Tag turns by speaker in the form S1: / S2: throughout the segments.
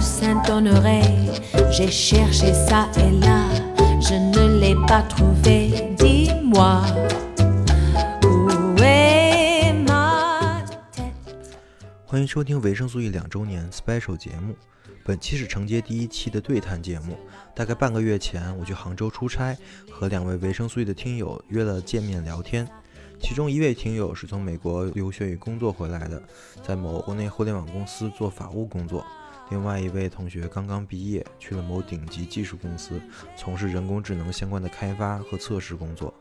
S1: Saint-Honoré. J'ai cherché ça et là, je ne l'ai pas trouvé. Dis-moi, où est ma tête
S2: 欢迎收听维生素 E 两周年 special 节目。本期是承接第一期的对谈节目。大概半个月前，我去杭州出差，和两位维生素 E 的听友约了见面聊天。其中一位听友是从美国留学与工作回来的，在某国内互联网公司做法务工作；另外一位同学刚刚毕业，去了某顶级技术公司，从事人工智能相关的开发和测试工作。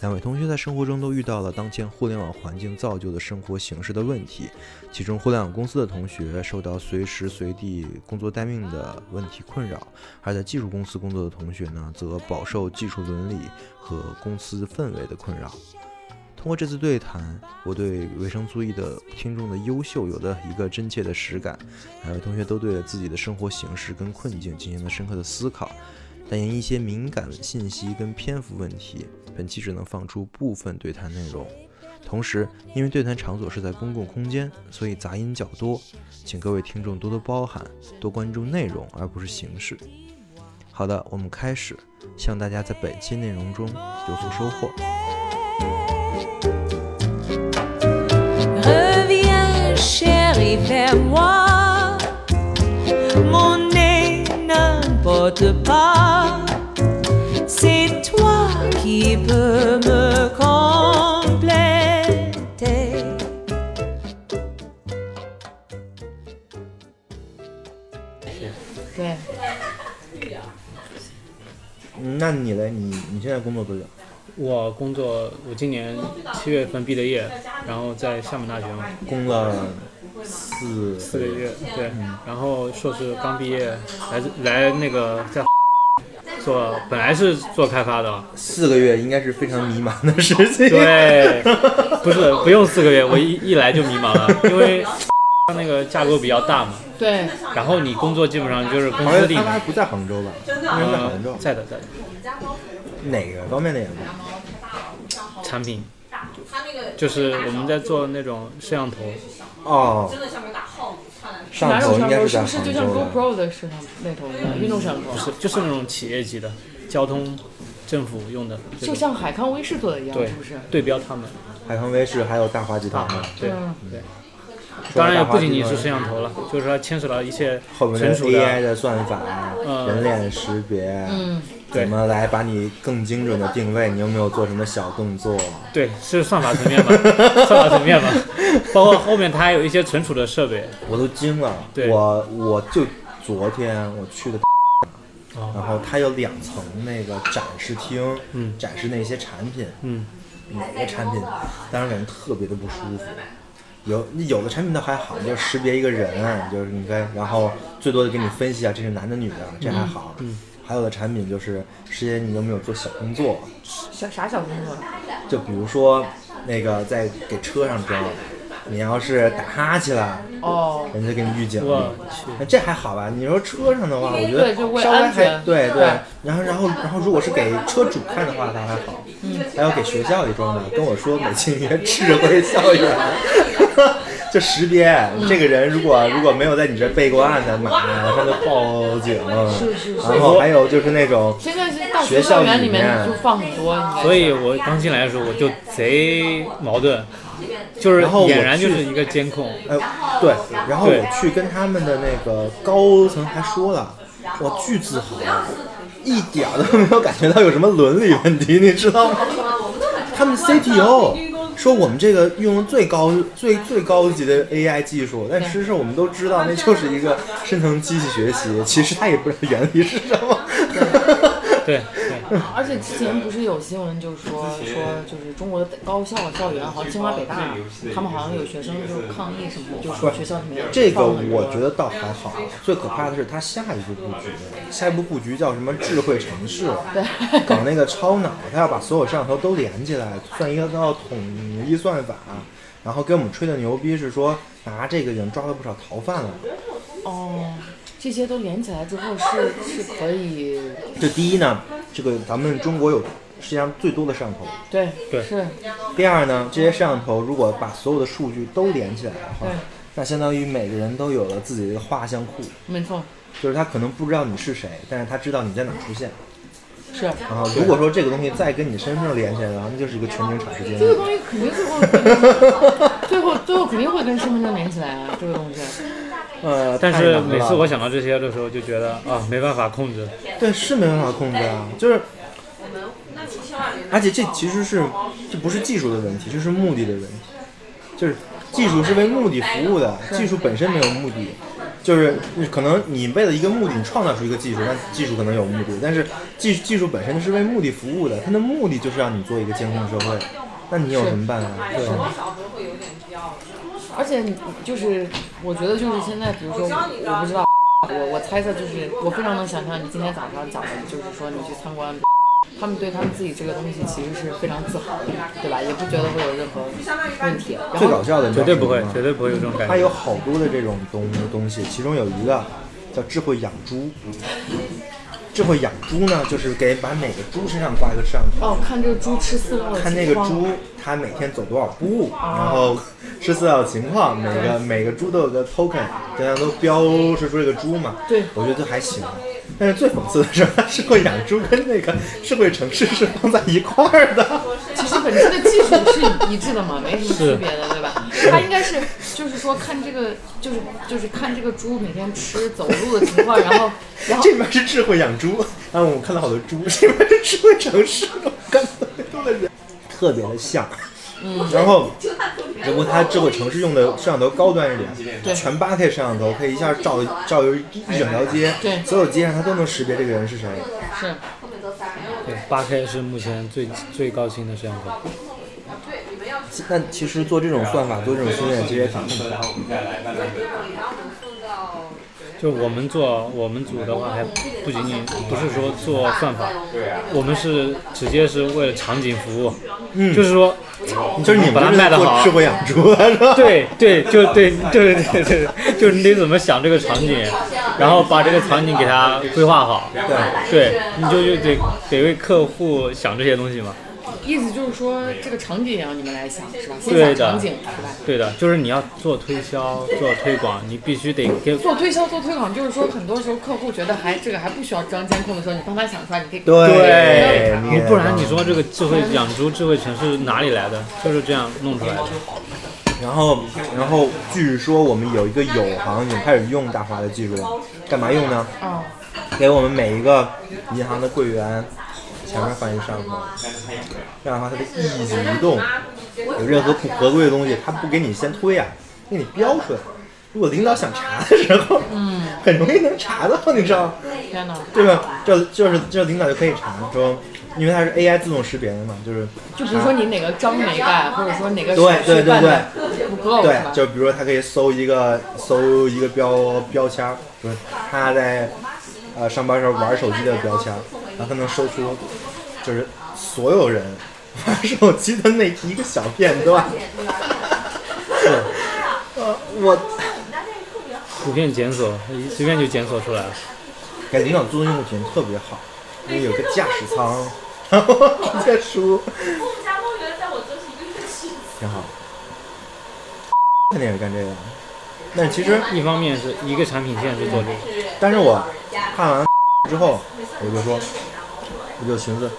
S2: 两位同学在生活中都遇到了当前互联网环境造就的生活形式的问题，其中互联网公司的同学受到随时随地工作待命的问题困扰，而在技术公司工作的同学呢，则饱受技术伦理和公司氛围的困扰。通过这次对谈，我对维生素 E 的听众的优秀有了一个真切的实感。两位同学都对自己的生活形式跟困境进行了深刻的思考，但因一些敏感信息跟篇幅问题，本期只能放出部分对谈内容。同时，因为对谈场所是在公共空间，所以杂音较多，请各位听众多多包涵，多关注内容而不是形式。好的，我们开始，希望大家在本期内容中有所收获。
S1: Reviens, chérie, vers-moi. Mon nez n'importe pas. C'est toi qui peux me compléter.
S3: 对，
S2: 那你嘞？你你现在工作多久？
S3: 我工作，我今年七月份毕的业，然后在厦门大学嘛，
S2: 工了四
S3: 四个月，对，然后硕士刚毕业，来自来那个在 做，本来是做开发的，
S2: 四个月应该是非常迷茫的时期。
S3: 对，不是不用四个月，我一一来就迷茫了，因为它那个架构比较大嘛，
S4: 对，
S3: 然后你工作基本上就是公
S2: 好
S3: 司
S2: 像
S3: 里
S2: 他
S3: 面，
S2: 还不在杭州吧？应该在
S3: 呃
S2: 杭州，。
S3: 在的在的，
S2: 哪个方面的研究？
S3: 产品，就是我们在做那种摄像头，
S2: 哦，上
S4: 哪
S2: 头
S4: 种
S2: 应
S4: 摄像
S2: 该在
S4: 头？是不是
S2: 杭
S4: 就
S2: 州
S4: 像
S2: 的。嗯
S4: GoPro 的摄像那种的运动摄像头？
S3: 是就是那种企业级的，交通、政府用的，这
S4: 就
S3: 种
S4: 像海康威视做的一样，
S3: 对
S4: 是不是？
S3: 对标他们
S2: 海康威视还有大华集团嘛。
S3: 对
S4: 嗯
S3: 对。
S2: 说
S3: 当然
S2: 大
S3: 也
S2: 华
S3: 不
S2: 集
S3: 仅
S2: 团
S3: 仅是摄像头了，就是说牵扯到一切
S2: 后面
S3: 成
S2: 的
S3: 熟的
S2: AI 的算法、人
S3: 呃，
S2: 脸识别，
S4: 嗯，
S3: 对
S2: 怎么来把你更精准的定位？你有没有做什么小动作？
S3: 对，是算法层面吧，算法层面吧， 包括后面它还有一些存储的设备，
S2: 我都惊了。
S3: 对
S2: 我我就昨天我去的
S3: 哦。
S2: 然后它有两层那个展示厅，
S3: 嗯
S2: 展示那些产品，
S3: 嗯，
S2: 每个产品，当时感觉特别的不舒服。有有的产品倒还好，就是识别一个人，就是你该，然后最多的给你分析啊，这是男的女的，这还好。
S3: 嗯
S2: 还有的产品就是识别你有没有做小工作，
S4: 小啥小工作？啊
S2: 就比如说那个在给车上装，你要是打哈欠了，
S4: 哦，
S2: 人家给你预警。
S3: 我去，
S2: 那哎这还好吧？你说车上的话，我觉
S4: 对
S2: 得
S4: 就为
S2: 稍微
S4: 安
S2: 还
S4: 全
S2: 对
S4: 对
S2: 然后然后然后如果是给车主看的话，它还好。嗯，还要给学校里装的，跟我说美其名智慧校园， 就识别
S4: 嗯
S2: 这个人如果如果没有在你这备过案的，马上就报警。
S4: 是是是。
S2: 然后还有就是那种
S4: 现在是大
S2: 学
S4: 学
S2: 校
S4: 校
S2: 里面
S4: 园里面就放很多，应该是
S3: 所以我刚进来的时候我就贼矛盾，就是
S2: 然后我
S3: 俨然就是
S2: 去
S3: 一个监控，
S2: 呃，对，然后
S3: 对
S2: 我去跟他们的那个高层还说了，我巨自豪，一点儿都没有感觉到有什么伦理问题，你知道吗？他们 CTO 说我们这个运用最高最最高级的 AI 技术，但其实我们都知道那就是一个深层机器学习，其实它也不知道原理是什么。
S3: 对对，
S4: 而且之前不是有新闻就说说就是中国的高校校园，好像清华北大，他们好像有学生就是抗议什么的，就说学校里面
S2: 这个
S4: 放很多
S2: 我觉得倒还好，最可怕的是它下一步布局，下一步布局叫什么智慧城市，搞那个超脑，它要把所有摄像头都连起来，算一个叫统一算法。然后跟我们吹的牛逼是说，拿这个已经抓了不少逃犯了。
S4: 哦，这些都连起来之后是是可以，
S2: 这第一呢，这个咱们中国有世界上最多的摄像头。
S4: 对
S3: 对
S4: 是
S2: 第二呢，这些摄像头如果把所有的数据都连起来的话
S4: 对，
S2: 那相当于每个人都有了自己的画像库，
S4: 没错，
S2: 就是他可能不知道你是谁，但是他知道你在哪儿出现。
S4: 是
S2: 然后如果说这个东西再跟你身份证连起来，然后那就是一个全景长时间
S4: 这。个东西肯定最 后会最后最后肯定会跟身份证连起来啊，这个东西。
S3: 呃，但
S2: 太难
S3: 是
S2: 了
S3: 每次我想到这些的时候，就觉得啊，没办法控制。
S2: 对，是没办法控制啊，就是。而且这其实是，这不是技术的问题，这是目的的问题，就是技术是为目的服务的，技术本身没有目的，就是你可能你为了一个目的，你创造出一个技术，那技术可能有目的，但是技技术本身是为目的服务的，它的目的就是让你做一个监控社会，那你有什么办法？对吧，
S4: 而且你就是，我觉得就是现在，比如说我我不知道，我我猜测就是，我非常能想象你今天早上讲的，就是说你去参观，他们对他们自己这个东西其实是非常自豪的，对吧？也不觉得会有任何问题。然
S2: 最
S4: 后
S2: 搞笑的你知道
S3: 绝对
S2: 是
S3: 不会
S2: 什么，吗
S3: 绝对不会有这种感
S2: 它
S3: 觉。
S2: 有好多的这种东东西，其中有一个叫智慧养猪。智慧养猪呢，就是给把每个猪身上挂一个摄像头，
S4: 哦，看这个猪吃饲料的
S2: 看那个
S4: 情况
S2: 猪它每天走多少步，然后吃饲料情况，每个每个猪都有个 token，这样都标识出这个猪嘛。
S4: 对
S2: 我觉得还行。但是最讽刺的是，它智慧养猪跟那个智慧城市是放在一块儿的。
S4: 其实本身的技术是一致的嘛，没什么区别的，对吧？它应该是就是说看这个，就是就是看这个猪每天吃走路的情况，然后然后
S2: 这边是智慧养 猪，然嗯后我看到好多猪， 这边是智慧城市，我看到很多的人，特别的像。嗯，然后只不过它智慧城市用的摄像头高端一点，全八 K 摄像头可以一下照照一一整条街，
S4: 对
S2: 所有街上它都能识别这个人是谁。
S4: 是
S3: 对，八 K 是目前最最高清的摄像头。
S2: 那其实做这种算法，做这种训练，其实也挺困难。
S3: 就我们做我们组的话，还不仅仅不是说做算法，我们是直接是为了场景服务。嗯，就是说，
S2: 就是你
S3: 把它
S2: 们
S3: 卖
S2: 在
S3: 得
S2: 做
S3: 好
S2: 智慧养 猪了，是吧？
S3: 对对，就对对对对对，就是你得怎么想这个场景，然后把这个场景给它规划好。对，对，你就就得得为客户想这些东西嘛。
S4: 意思就是说这个场景也要你们来想，是吧？先
S3: 对
S4: 想
S3: 的
S4: 场景，是吧？
S3: 对的，就是你要做推销、做推广，你必须得给
S4: 做推销、做推广，就是说很多时候客户觉得还这个还不需要装监控的时候，你帮他想出来，你可以
S2: 对你
S3: 你
S2: 也
S3: 不然
S2: 能
S3: 你说这个智慧养猪、智慧城市哪里来的？就是这样弄出来的。
S2: 然后，然后据说我们有一个友行已经开始用大华的技术了，干嘛用呢？
S4: 啊、
S2: 给我们每一个银行的柜员前面放一摄像头，这样的话它的一举一动，有任何不合规的东西，它不给你先推啊，给你标出来。如果领导想查的时候，嗯，很容易能查到，你知道吗？
S4: 天哪，
S2: 对吧？这就是这领导就可以查说，因为它是 AI 自动识别的嘛，就是
S4: 就比如说你哪个章没盖，或者说哪个
S2: 对
S4: 手续
S2: 对对
S4: 办的不够，
S2: 对
S4: 是吧，？
S2: 就比如说他可以搜一个搜一个标标签儿，就是他在呃上班时候玩手机的标签儿，然后他能搜出就是所有人玩手机的那一个小片段。是，呃，我
S3: 图片检索，一随便就检索出来了。
S2: 感觉领导做的用户体验特别好，因为有个驾驶舱，然后直接输，挺好。看电影干这个，但是其实
S3: 一方面是一个产品线是做这个，
S2: 但是我看完之后，我就说，我就寻思，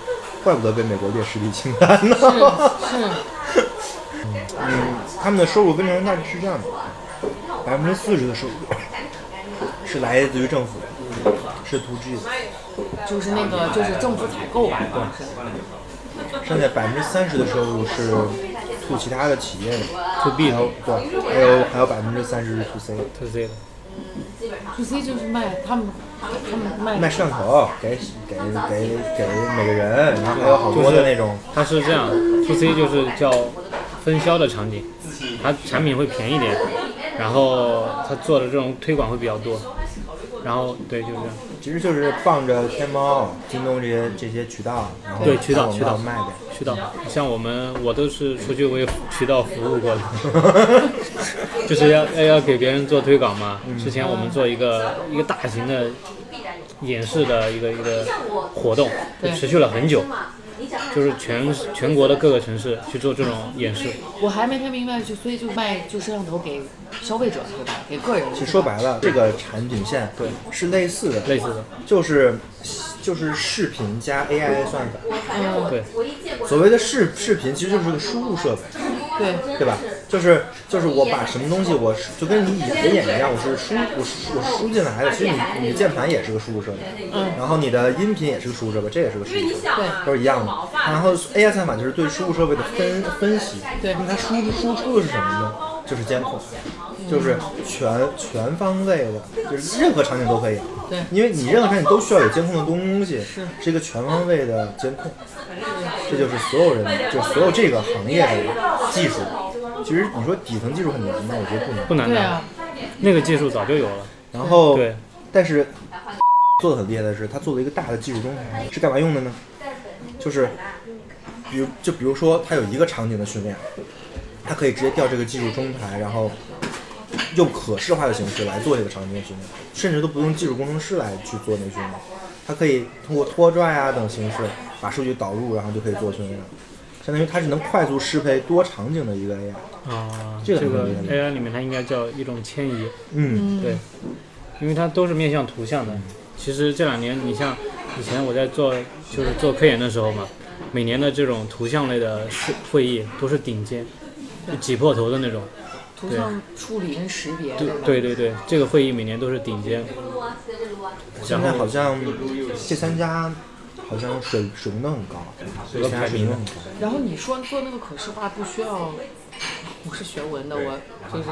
S2: 怪不得被美国列实体清单呢。 嗯，他们的收入跟人大致是这样的，百分之四十的收入是来自于政府，是 to G 的，
S4: 就是那个就是政府采购吧，是吧
S2: 剩下百分之三十的收入是 to 其他的企业的，
S3: to B
S2: 还有对，还有还有百分之三十是 to C 的，
S3: to C 的。
S4: to C 就是卖他们他们卖
S2: 卖摄像头给给给给每个人，然后还有好多的那种。
S3: 它是这样，to C 就是叫分销的场景，它产品会便宜点，然后它做的这种推广会比较多，然后对就是这样。
S2: 其实就是傍着天猫、京东这些这些渠道，然后
S3: 对渠道
S2: 靠广
S3: 渠道
S2: 告卖呗。
S3: 渠道，像我们我都是出去为渠道服务过的， 就是要要要给别人做推广嘛。之前我们做一个一个大型的演示的一个一个活动，就持续了很久。就是全全国的各个城市去做这种演示。
S4: 我还没太明白，就所以就卖就摄像头给消费者对吧？给个人。
S2: 其实说白了，这个产品线对是类似的，
S3: 类似的，
S2: 就是就是视频加 AI 算法。
S4: 嗯，
S3: 对，
S2: 所谓的视视频其实就是个输入设备，
S4: 对，
S2: 对吧？就是就是我把什么东西，我是就跟你眼眼一样，我是输我输我输进来的。其实你你的键盘也是个输入设备，
S4: 嗯
S2: 然后你的音频也是个输入设备，这也是个输入设备。
S4: 对
S2: 都是一样的。然后 AI 算法就是对输入设备的分分析，
S4: 对
S2: 那它输入输出的是什么呢？就是监控，就是全全方位的，就是任何场景都可以。
S4: 对
S2: 因为你任何场景都需要有监控的东西，是一个全方位的监控。这就是所有人，就是所有这个行业的技术。其实你说底层技术很难吗？我觉得不难
S3: 不。难
S4: 对
S3: 的。
S4: 啊，
S2: 嗯
S3: 那个技术早就有了。
S2: 然后，
S3: 对，
S2: 但是做的很厉害的是，他做了一个大的技术中台，是干嘛用的呢？就是，比如就比如说，他有一个场景的训练，他可以直接调这个技术中台，然后用可视化的形式来做这个场景的训练，甚至都不用技术工程师来去做那个训练，他可以通过拖拽啊等形式把数据导入，然后就可以做训练，相当于它是能快速适配多场景的一个 AI。
S3: 啊，
S2: 哦这
S3: 这
S2: 个
S3: 个
S2: 很厉害
S3: AI 里面它应该叫一种迁移，
S2: 嗯
S3: 对，因为它都是面向图像的。其实这两年，你像以前我在做就是做科研的时候嘛，每年的这种图像类的是会议都是顶尖，就挤破头的那种。
S4: 图像处理跟识别
S3: 对
S4: 吧？
S3: 对对对，这个会议每年都是顶尖。
S2: 现
S3: 然
S2: 在好
S3: 后
S2: 像这三家好像水水平都很高，
S3: 有个
S2: 三家
S3: 排
S2: 水平
S3: 名
S2: 都
S3: 的
S2: 很高。
S4: 然后你说做那个可视化不需要，我是学文的，我就是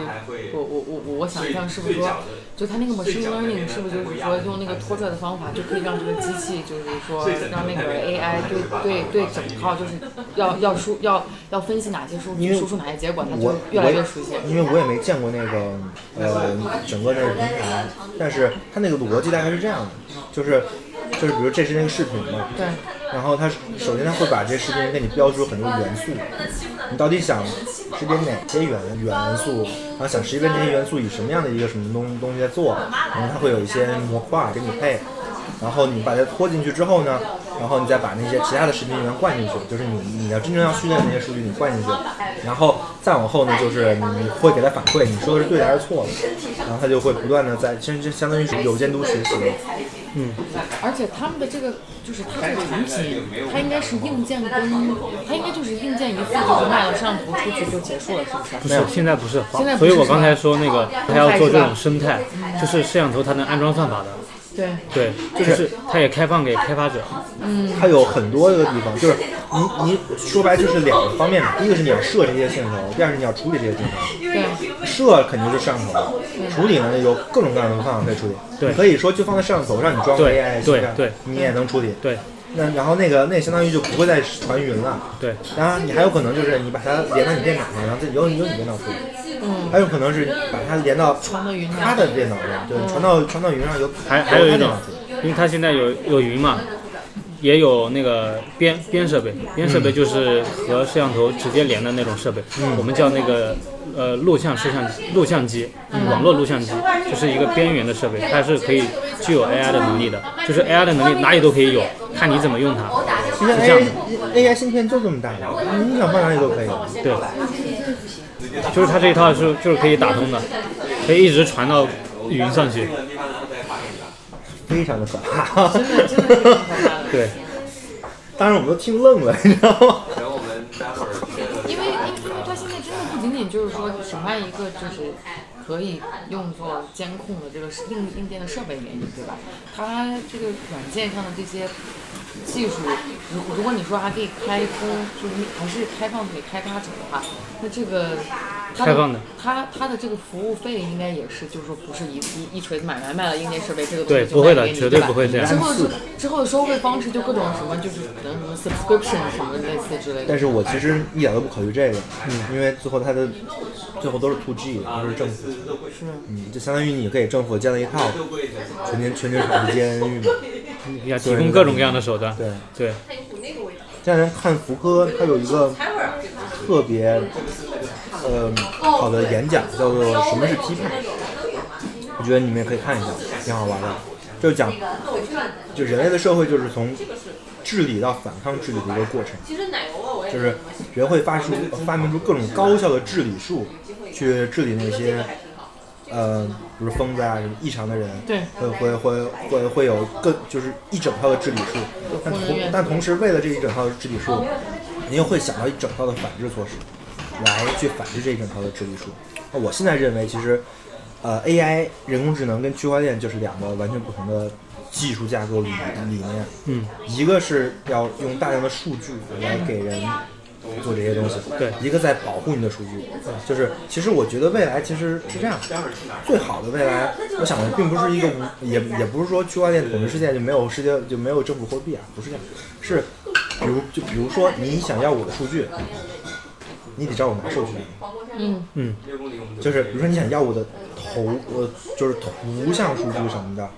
S4: 我我我我我想象是不是说，就它那个 machine learning 是不是就是说用那个拖拽的方法就可以让这个机器就是说让那个 AI 对对对整套就是要要输要要分析哪些数
S2: 因为
S4: 据，输出哪些结果，它
S2: 我
S4: 就越来越熟悉。
S2: 因为我也没见过那个呃整个那个平台，但是它那个逻辑大概是这样的，就是就是比如这是那个视频嘛，
S4: 对，
S2: 然后它首先它会把这视频给你标注很多元素，你到底想识别哪些元元素，然后想识别这些元素以什么样的一个什么东东西在做，然后它会有一些模块给你配，然后你把它拖进去之后呢，然后你再把那些其他的视频源灌进去，就是你你要真正要训练那些数据你灌进去，然后再往后呢就是你你会给它反馈你说的是对的还是错的，然后它就会不断的在其实这相当于是有监督学习了，
S4: 而且他们的这个就是它这个产品，它应该是硬件跟它应该就是硬件一附就卖了摄像头出去就结束了，是不是？
S3: 不是，现在不是，
S4: 现在不
S3: 所以
S4: 是
S3: 我
S4: 是哦
S3: 刚
S4: 吧
S3: 才说那个，它要做这种生态，就是摄像头它能安装算法的，
S4: 对，
S3: 对，就是它也开放给开发者，
S2: 它有很多个地方，就是你你说白了就是两个方面嘛，第一个是你要设这些镜头，第二是你要处理这些镜头。
S4: 对，啊
S2: 设肯定是摄像头，处理呢有各种各样的方法可以处理。
S3: 对
S2: 你可以说就放在摄像头上，你装个
S3: 对
S2: AI
S3: 对
S2: 芯片
S3: 对
S2: 你也能处理。
S3: 对
S2: 那然后那个那相当于就不会再传云了。
S3: 对，
S2: 然后你还有可能就是你把它连到你电脑上，然后再由你由你电脑处理。嗯，还有可能是把它连到
S4: 传到云上
S2: 他的电脑上，对，传到传到云上由
S3: 还还有
S2: 由
S3: 一
S2: 他电
S3: 种
S2: 脑处理。，
S3: 因为它现在有有云嘛，也有那个边边设备，边设备就是和摄像头直接连的那种设备，我们叫那个呃录像摄像录像机，网络录像机，就是一个边缘的设备，它是可以具有 AI 的能力的，就是 AI 的能力哪里都可以有，看你怎么用它。
S2: 现在
S3: 是这样
S2: AI
S3: 的
S2: AI 芯片就这么大，你想放哪里都可以。
S3: 对，就是它这一套是就是可以打通的，可以一直传到云上去。
S2: 非常的可
S4: 真的真的是挺可怕
S2: 怕。
S4: 的。
S3: 对，
S2: 当时我们都听愣了，你知道吗？
S4: 因为因为因为它现在真的不仅仅就是说只卖一个就是可以用作监控的这个硬硬件的设备给你，对吧？它这个软件上的这些技术，如如果你说还可以开通，就是还是开放给开发者的话，那这个它
S3: 开放的
S4: 它它的这个服务费应该也是，就是说不是一一一锤子买卖卖了硬件设备这个东
S3: 对，
S4: 西
S3: 不
S4: 就
S3: 会
S4: 卖给
S3: 的，
S4: 你，
S3: 绝对
S4: 吧
S3: 不会这
S4: 之
S3: 样。
S4: 后就之后的收费方式就各种什么，就是可能什么 subscription 什么类似之类的
S2: 但。是我其实一点都不考虑这个，因为最后它的最后都是 to G，都是政府，嗯，就相当于你给政府建了一套全球全球法律监狱嘛。
S3: 要提供各种各样的手段。
S2: 对
S3: 对，
S2: 这两天看福柯，他有一个特别呃好的演讲，叫做《什么是批判》，我觉得你们也可以看一下，挺好玩的。就是讲，就人类的社会就是从治理到反抗治理的一个过程。就是人会发出发明出各种高效的治理术，去治理那些呃，比如疯子啊什么异常的人。
S4: 对，
S2: 会会会会会有更就是一整套的治理术，但同但同时为了这一整套的治理术，你又会想到一整套的反制措施，来去反制这一整套的治理术。那我现在认为，其实呃，AI 人工智能跟区块链就是两个完全不同的技术架构理理念。
S3: 嗯，
S2: 一个是要用大量的数据来给人做这些东西，
S3: 对
S2: 一个在保护你的数据，就是其实我觉得未来其实是这样，最好的未来，我想的并不是一个无，也也不是说区块链统治世界就没有世界就没有政府货币啊，不是这样，是比如就比如说你想要我的数据，你得找我拿数据。
S4: 嗯，
S2: 就是比如说你想要我的头，呃，就是图像数据什么的，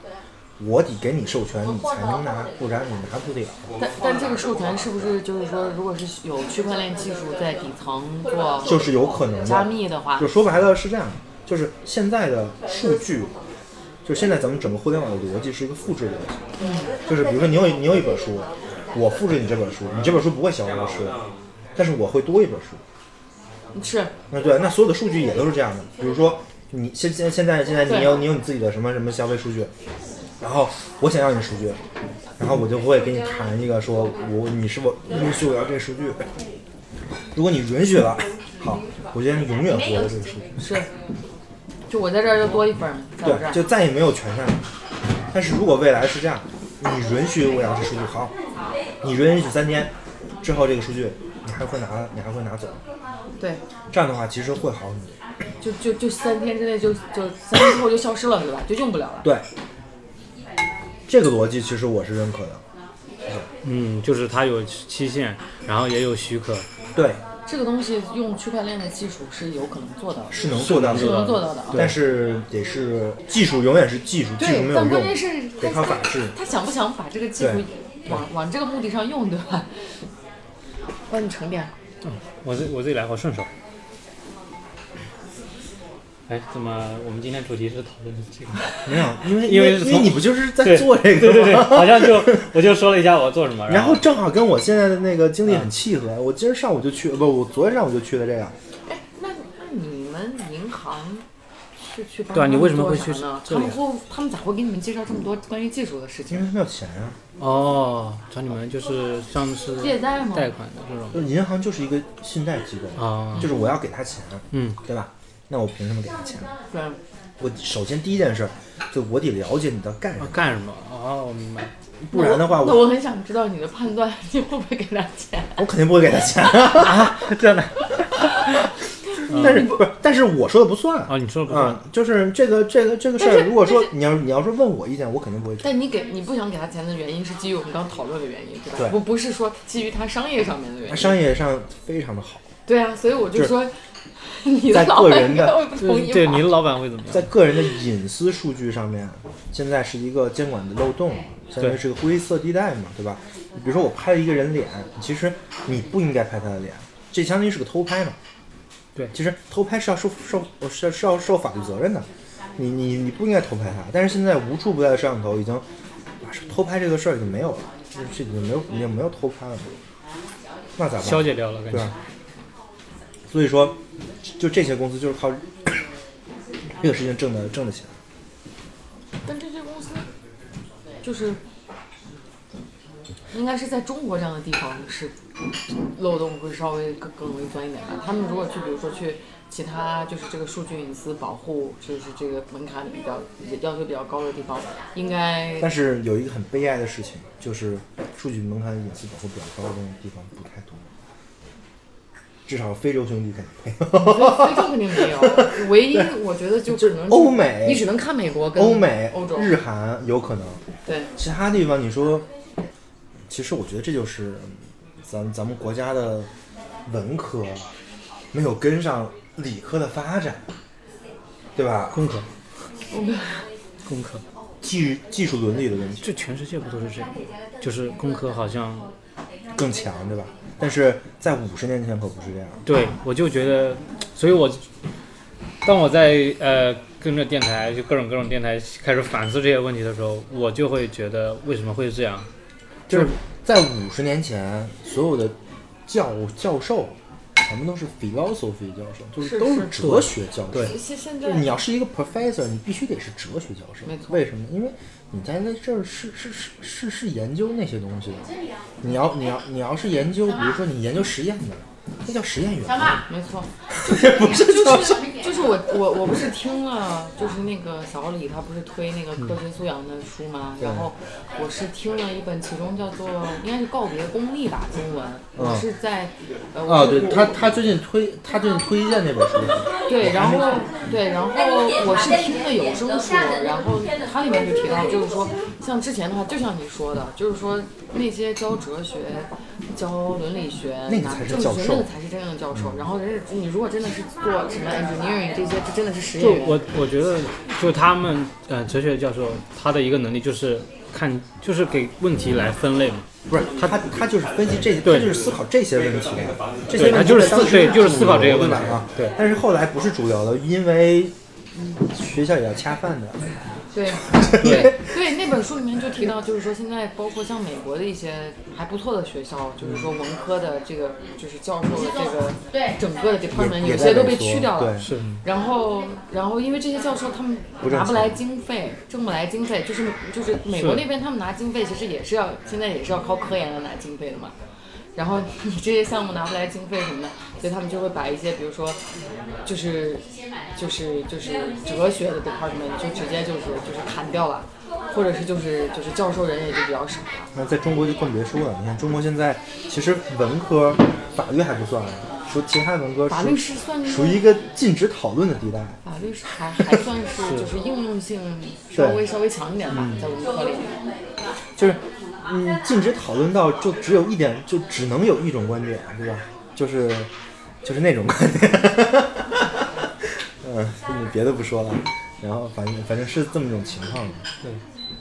S2: 我得给你授权，你才能拿，不然你拿不了。
S4: 但但这个授权是不是就是说，如果是有区块链技术在底层做
S2: 就是有可能
S4: 加
S2: 的。
S4: 密啊的话
S2: 就，说白了是这样，就是现在的数据，就现在咱们整个互联网的逻辑是一个复制逻辑，
S4: 嗯
S2: 就是比如说你有你有一本书，我复制你这本书，你这本书不会写完我书，但是我会多一本书。
S4: 是
S2: 那对，那所有的数据也都是这样的。比如说，你现现现在现在你
S4: 对
S2: 有你有你自己的什么什么消费数据，然后我想要你的数据，然后我就会给你谈一个说，我你是否允许我要这个数据？如果你允许了，好，我今天永远活着这个数据，
S4: 是，就我在这儿又多一份儿，在我这
S2: 对，
S4: 儿
S2: 就再也没有权限了。但是如果未来是这样，你允许我要这数据，好，你允许三天之后这个数据，你还会拿，你还会拿走，
S4: 对，
S2: 这样的话其实会好很多。
S4: 就就就三天之内就就三天之后就消失了，对吧？就用不了了。
S2: 对，这个逻辑其实我是认可的。
S3: 嗯，就是它有期限，然后也有许可，
S2: 对，
S4: 这个东西用区块链的技术是有可能做到的，
S2: 是能做到
S4: 是能
S2: 的，
S4: 做到的啊。
S2: 但是得是技术永远是技术，技术没有
S4: 但关
S2: 用
S4: 键，是
S2: 得
S4: 但
S2: 靠
S4: 是
S2: 法治。
S4: 他想不想把这个技术
S2: 对
S4: 往往这个目的上用，对吧？帮你盛点儿，
S3: 嗯我这我这里来，好顺手。哎，怎么我们今天主题是讨论这个？
S2: 没有，因为
S3: 因为
S2: 为
S3: 是
S2: 因为
S3: 从
S2: 你不就是在
S3: 对
S2: 做这
S3: 对对
S2: 个
S3: 对，
S2: 吗？
S3: 好像就我就说了一下我做什么，
S2: 然
S3: 后
S2: 后正好跟我现在的那个经历很契合，我今儿上午就去，不，我昨天上午就去了这个。
S4: 哎那那你们银行是去帮
S3: 对啊你
S4: 他们
S3: 为什么会
S4: 做
S3: 去
S4: 啥呢？
S3: 这
S4: 他
S3: 里啊
S4: 们会他们咋会给你们介绍这么多关于技术的事
S2: 因
S4: 情？
S2: 为没有钱啊，
S3: 哦，找你们就是像是
S4: 借贷吗？
S3: 嗯贷款的这种
S2: 就银行就是一个信贷机构，
S3: 啊，
S2: 就是我要给他钱，
S3: 嗯，
S2: 对吧？那我凭什么给他钱？
S4: 对，
S2: 我首先第一件事，就我得了解你的干什
S3: 啊
S2: 么，
S3: 干什么？哦，我明白。
S2: 不然的话，
S4: 那
S2: 我
S4: 我很想知道你的判断，你会不会给他 钱？
S2: 我肯定不会给他钱。
S3: 啊真的？
S2: 但是不是？但是我说的不算
S3: 嗯哦，你说的不
S2: 嗯
S3: 错。，
S2: 就是这个这个这个事
S4: 但
S2: 儿，
S4: 是
S2: 如果说你要你要说问我意见，我肯定不会给。
S4: 但你给你不想给他钱的原因是基于我们刚讨论的原因，对吧？
S2: 对
S4: 不不是说基于他商业上面的原因。
S2: 商业上非常的好，
S4: 对啊，所以我
S2: 就
S4: 就是说， 你
S2: 在
S4: 的老
S2: 个
S4: 板
S2: 人
S4: 应
S2: 的
S4: 该会不同
S3: 对
S4: 意
S3: 对，
S4: 吧
S3: 你的老板会怎么样？
S2: 在个人的隐私数据上面，现在是一个监管的漏洞，相当于
S3: 对
S2: 是个灰色地带嘛，对吧？比如说我拍了一个人脸，其实你不应该拍他的脸，这相当于是个偷拍嘛。
S3: 对
S2: 其实偷拍是要受受是是要受法律责任的，你你你不应该偷拍他。但是现在无处不在的摄像头已经把偷拍这个事儿已经没有了，这这已经没有已经没有偷拍了，那咋办？
S3: 消解掉了，感
S2: 对
S3: 觉
S2: 啊。所以说，就这些公司就是靠这个事情挣的挣的钱。
S4: 但这些公司就是应该是在中国这样的地方是漏洞会稍微更更容易钻一点吧。他们如果去，比如说去其他就是这个数据隐私保护就是这个门槛比较要求比较高的地方，应 该
S2: 但是有一个很悲哀的事情，就是数据门槛隐私保护比较高的地方不太多，至少非洲兄弟肯定没有。
S4: 非洲肯定没有。唯一我觉得就可能 是
S2: 欧美
S4: 你只能看美国跟
S2: 欧美、
S4: 欧洲
S2: 日韩有可能，
S4: 对。
S2: 其他地方你说，其实我觉得这就是咱咱们国家的文科没有跟上理科的发展，对吧？
S3: 工科，工科，
S2: 技技术伦理的问题。
S3: 这全世界不都是这样吗？就是工科好像
S2: 更强，对吧？但是在五十年前可不是这样。
S3: 对，我就觉得，所以我当我在呃跟着电台，就各种各种电台开始反思这些问题的时候，我就会觉得为什么会这样？
S2: 就是在五十年前，所有的教教授全部都是 philosophy 教授，就是都
S4: 是
S2: 是哲学教授。
S3: 对
S4: 其实现
S2: 就
S4: 在
S2: 是你要是一个 professor，你必须得是哲学教授。
S4: 没错
S2: 为什么？因为你在那这儿是是是是是研究那些东西的。
S4: 啊
S2: 你要你要你要是研究，比如说你研究实验的，那叫实验员。
S4: 没错，
S2: 不是教授。
S4: 就是我我我不是听了，就是那个小李他不是推那个科
S2: 嗯
S4: 学素养的书吗？然后我是听了一本，其中叫做应该是告别功利吧，中文。我是在呃，我
S2: 嗯啊，
S4: 是
S2: 对
S4: 我
S2: 他他最近推他最近推荐那本书，
S4: 对，然后
S2: 嗯
S4: 对，然后我是听的有声书，然后它里面就提到，就是说，像之前的话，就像你说的，就是说那些教哲学、教伦理学、
S2: 那个
S4: 拿
S2: 才是
S4: 政治
S2: 教
S4: 学
S2: 授嗯
S4: 那个才是真正的教授。然后人家你如果真的是做什么 engineering 这些，这真的是实
S3: 就
S4: 业员。
S3: 我我觉得，就他们呃哲学教授他的一个能力就是看，就是给问题来分类嘛。
S2: 不是他他就是分析这些，他
S3: 对
S2: 就是思考这些问题，啊这些问
S3: 对
S2: 题
S3: 他就是
S2: 在当
S3: 思
S2: 时
S3: 对就是思考这
S2: 主流
S3: 个问
S2: 的
S3: 题
S2: 啊。
S3: 对，
S2: 但是后来不是主流了，因为学校也要恰饭的。
S4: 对对对，那本书里面就提到，就是说现在包括像美国的一些还不错的学校，就是说文科的这个就是教授的这个
S5: 对
S4: 整个的
S2: 也
S4: department
S2: 也
S4: 有
S2: 在
S4: 些都被
S2: 萎缩
S4: 去掉了
S2: 对。
S3: 是
S4: 然后，然后因为这些教授他们
S2: 不挣
S4: 拿不来
S2: 钱
S4: 经费，挣不来经费，就是就是美国
S3: 是
S4: 那边他们拿经费，其实也是要现在也是要靠科研来拿经费的嘛。然后你这些项目拿不来经费什么的，所以他们就会把一些比如说，就是就是就是哲学的 department 就直接就是就是砍掉了，或者是就是就是教授人也就比较少了。
S2: 那在中国就更别说了。你看中国现在其实文科法律还不算，啊说其他文科
S4: 法
S2: 属
S4: 律是算
S2: 属于一个禁止讨论的地带。
S4: 法律是还还算是就是应用性稍微稍微强一点吧，在文科里面。
S2: 就是嗯，禁止讨论到就只有一点，就只能有一种观点，对吧？就是就是那种观点。 嗯，你别的不说了，然后反正反正是这么一种情况。
S3: 对，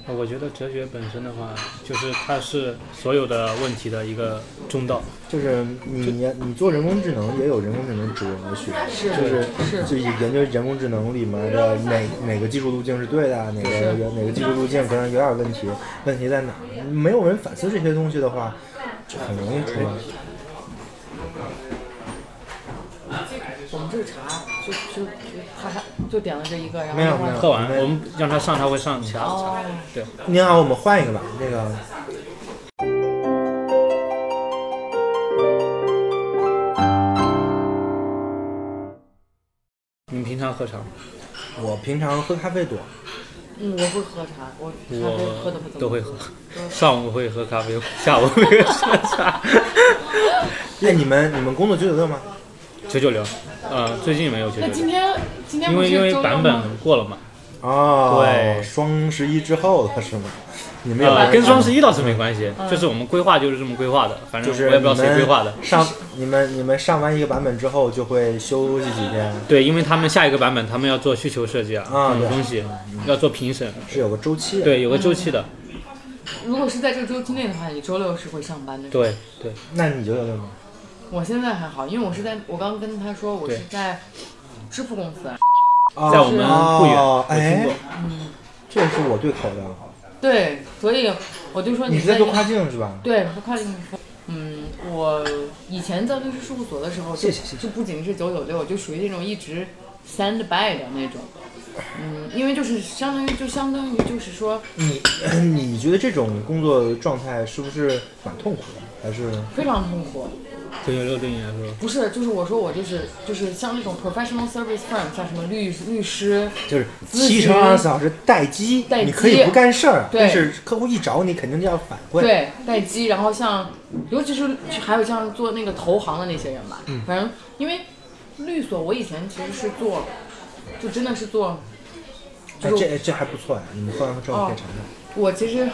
S3: 呃我觉得哲学本身的话，就是它是所有的问题的一个中道。
S2: 就是你你做人工智能也有人工智能哲学，是就是
S4: 是
S2: 就研究人工智能里面的哪哪个技术路径是对的，哪个哪个技术路径可能有点问题，问题在哪？没有人反思这些东西的话，就很容易出问题。
S4: 我们这个茶就就就他还就点了这一个，然后
S2: 没有
S4: 另外
S2: 没有
S3: 喝完，我们让他上，他会上其他的茶。
S4: 哦，
S3: 对，
S2: 您好，我们换一个吧，那个。
S3: 你们平常喝茶吗？
S2: 我平常喝咖啡多，
S4: 嗯，我会喝茶，我咖啡
S3: 我
S4: 喝的不怎么
S3: 都会喝，上午会喝咖啡，下午会喝 茶。
S2: 哎，你们你们工作九九六吗？
S3: 九九六，呃，最近没有九
S4: 那
S3: 九
S4: 今
S3: 六，
S4: 天今天
S3: 因
S4: 不
S3: 为
S4: 是
S3: 因为
S4: 周六
S3: 版
S4: 吗？
S3: 本过了嘛，
S2: 哦，
S3: 对
S2: 双十一之后了是吗？你们有
S3: 呃，跟双十
S2: 一
S3: 一倒是没关系，
S4: 嗯
S3: 就是我们规划就是这么规划的，反正
S2: 就是
S3: 我也不知道谁
S2: 你们
S3: 规划的。
S2: 上你们你们上完一个版本之后就会休息几天，
S3: 对，因为他们下一个版本他们要做需求设计啊，
S2: 啊对
S3: 这种东西要做评审，
S2: 是有个周期的。，
S3: 对，有个周期的，
S4: 嗯如果是在这个周期内的话，你周六是会上班的。，
S3: 对对，
S2: 那你九九六吗？
S4: 我现在还好，因为我是在我刚跟他说我是
S3: 对
S4: 在支付公司，
S2: 哦
S3: 在我们不远
S2: 哦
S3: 我听
S2: 哎
S3: 过，
S2: 这是我对口的。啊
S4: 对，所以我就说
S2: 你是在
S4: 在
S2: 做跨境是吧？
S4: 对，不快跟你说。嗯，我以前在律师事务所的时候就，
S2: 谢谢谢谢
S4: 就不仅是九九六，就属于那种一直 stand by 的那种。嗯，因为就是相当于就相当于就是说
S2: 你 你觉得这种工作状态是不是蛮痛苦的？还是
S4: 非常痛苦，
S3: 九九六对你来说，
S4: 不是就是我说我就是就是像那种 professional service firm，像什么律律师，
S2: 就是
S4: 咨询
S2: 七乘二十四小时待机，
S4: 待机
S2: 你可以不干事儿，啊
S4: 对
S2: 但是客户一找你肯定就要哎反馈。
S4: 对待机，然后像尤其是还有像做那个投行的那些人吧，
S2: 嗯
S4: 反正因为律所我以前其实是做，就真的是做，
S2: 哎，
S4: 就是
S2: 啊这这还不错呀，你们喝完之后可以尝尝。
S6: 哦
S4: 我其实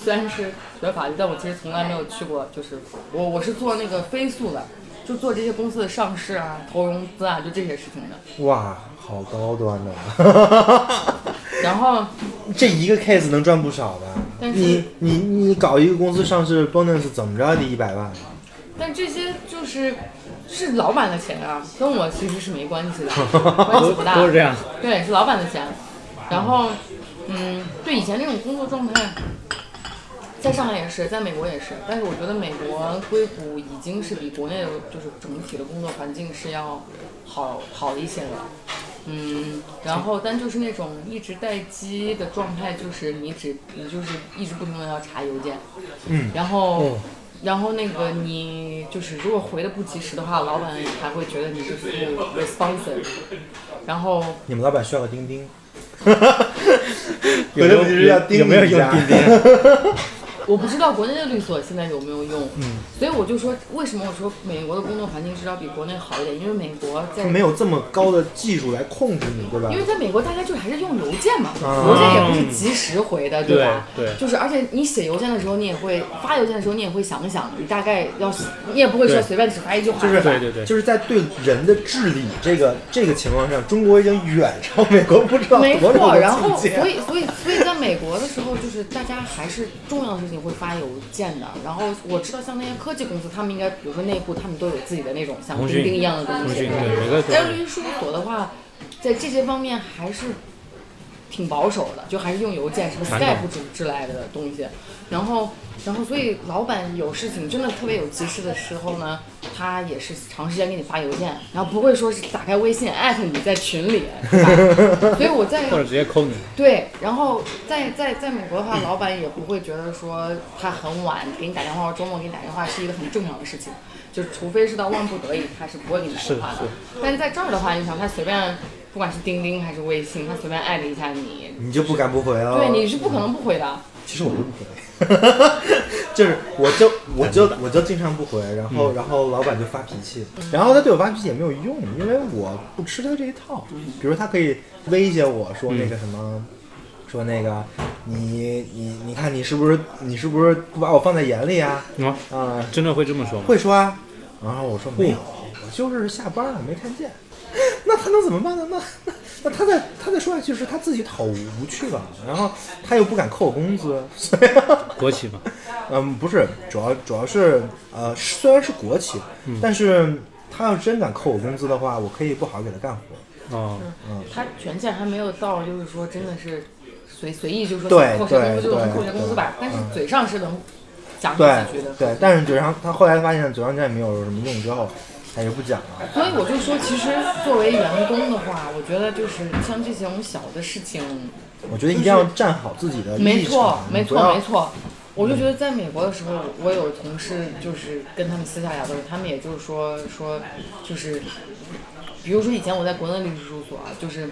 S4: 虽然是学法律，但我其实从来没有去过，就是我我是做那个非诉的，就做这些公司的上市啊、投融资啊，就这些事情的。
S2: 哇，好高端的，
S4: 然后
S2: 这一个 case 能赚不少的。
S4: 但是
S2: 你你你搞一个公司上市 bonus 怎么着也得一百万，
S4: 但这些就是是老板的钱啊，跟我其实是没关系的，关系不 大。
S3: 都是这样。
S4: 对，是老板的钱。然后，嗯，对以前那种工作状态，在上海也是，在美国也是，但是我觉得美国硅谷已经是比国内的就是整体的工作环境是要好好一些了。嗯，然后但就是那种一直待机的状态，就是你只你就是一直不停的要查邮件，
S2: 嗯，
S4: 然后、
S3: 哦
S4: 然后那个你就是如果回的不及时的话，老板还会觉得你就是不 responsive，然后
S2: 你们老板需要个钉钉，
S6: 有
S2: 回
S6: 没
S2: 头
S6: 有
S2: 不就是要钉
S6: 有没有
S2: 一
S6: 用
S2: 下
S6: 钉钉？
S4: 我不知道国内的律所现在有没有用，所以我就说，为什么我说美国的工作环境至少比国内好一点？因为美国在，
S2: 它 没有这么高的技术来控制你，对吧
S4: 因？为在美国大家就还是用邮件嘛，
S2: 啊
S4: 邮件也不是及时回的，吧？
S3: 对对
S4: 就是而且你写邮件的时候，你也会发邮件的时候，你也会想一想，你大概要写，你也不会说
S3: 对
S4: 随便只发一句话，
S2: 就是
S3: 对对对
S2: 就是在对人的治理这个这个情况上，中国已经远超美国不知道
S4: 没
S2: 多少
S4: 错，
S2: 个
S4: 然后
S2: 境界
S4: 所以所以所以在美国的时候，就是大家还是重要的事情会发邮件的。然后我知道像那些科技公司，他们应该比如说内部，他们都有自己的那种像
S3: 腾
S4: 钉
S3: 讯
S4: 钉一样的东
S3: 腾
S4: 西。
S3: 讯
S4: 对吧
S3: 对每个都
S4: 但是
S3: 有
S4: 律师事务所的话，在这些方面还是挺保守的，就还是用邮件什么
S3: 传统
S4: Skype 之之类的东西。然后，然后所以老板有事情真的特别有急事的时候呢，他也是长时间给你发邮件，然后不会说是打开微信艾特你在群里，对吧 所以我在
S3: 或者直接扣你。
S4: 对，然后在在在美国的话，老板也不会觉得说他很晚给你打电话，或者周末给你打电话是一个很正常的事情，就除非是到万不得已，他是不会给你打电话的。
S3: 是是
S4: 但是在这儿的话，你想他随便，不管是钉钉还是微信，他随便艾特一下你，
S2: 你就不敢不回了。
S4: 对，你是不
S2: 嗯
S4: 可能不回的。
S2: 其实我都不回， 就是我就我就我就经常不回，然
S3: 嗯
S2: 后然后老板就发脾气，然后他对我发脾气也没有用，因为我不吃他这一套。比如他可以威胁我说那个什
S3: 嗯
S2: 么，说那个你你你看你是不是你是不是不把我放在眼里啊？
S3: 啊，
S2: 啊，
S3: 真的会这么说吗？
S2: 会说啊，然后我说没有，我就是下班了没看见。 那他能怎么办呢？那那那他再他再说下去是他自己讨无趣了，然后他又不敢扣我工资，所以
S3: 国企嘛，
S2: 嗯，不是，主要主要是呃，虽然是国企，但是他要真敢扣我工资的话，我可以不好好给他干活。
S3: 哦，
S4: 他权限还没有到，就是说真的是随随意就说
S2: 对
S4: 扣谁工
S2: 对
S4: 资就
S2: 对
S4: 扣谁工资吧，但是嘴上是能讲出
S2: 对
S4: 几句的。
S2: 对，但是嘴上他后来发现嘴上战没有什么用之后，他就不讲了。
S4: 所以我就说，其实作为员工的话，我觉得就是像这种小的事情，
S2: 我觉得一定要站好自己的
S4: 没
S2: 立
S4: 错
S2: 场，，
S4: 没
S2: 不啊嗯要
S4: 错，没错。我就觉得在美国的时候，我有同事就是跟他们私下聊的时候，他们也就是说说，就是，比如说以前我在国内律师事务所啊，就是，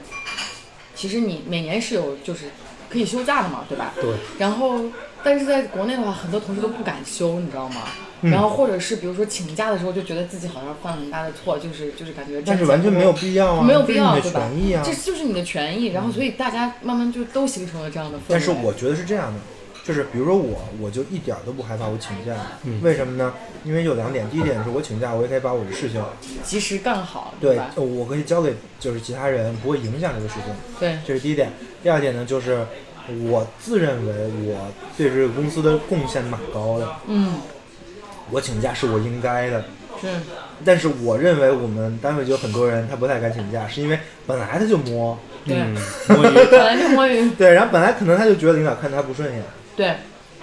S4: 其实你每年是有就是可以休假的嘛，对吧？
S3: 对，
S4: 然后，但是在国内的话，很多同事都不敢休，你知道吗？
S2: 嗯
S4: 然后或者是比如说请假的时候，就觉得自己好像犯了很大的错，就是就是感觉
S2: 但
S4: 这
S2: 是完全没有必要啊，
S4: 没有
S2: 这
S4: 必
S2: 是
S4: 要，
S2: 你的
S4: 对吧
S2: 权益啊
S4: 这。就是你的权益，然后所以大家慢慢就都形成了这样的氛围。
S2: 但是我觉得是这样的，就是比如说我，我就一点儿都不害怕我请假，为什么呢？因为有两点，第一点是我请假，我也可以把我的事情，
S4: 及时干好，
S2: 对
S4: 吧，？
S2: 我可以交给就是其他人，不会影响这个事情。
S4: 对，
S2: 这是第一点。第二点呢，就是我自认为我对这个公司的贡献蛮高的，
S4: 嗯，
S2: 我请假是我应该的。
S4: 是，
S2: 但是我认为我们单位就有很多人他不太敢请假，是因为本来他就 摸，
S4: 对，
S3: 嗯摸鱼
S4: 本来就摸鱼，
S2: 对，然后本来可能他就觉得领导看他不顺眼，
S4: 对，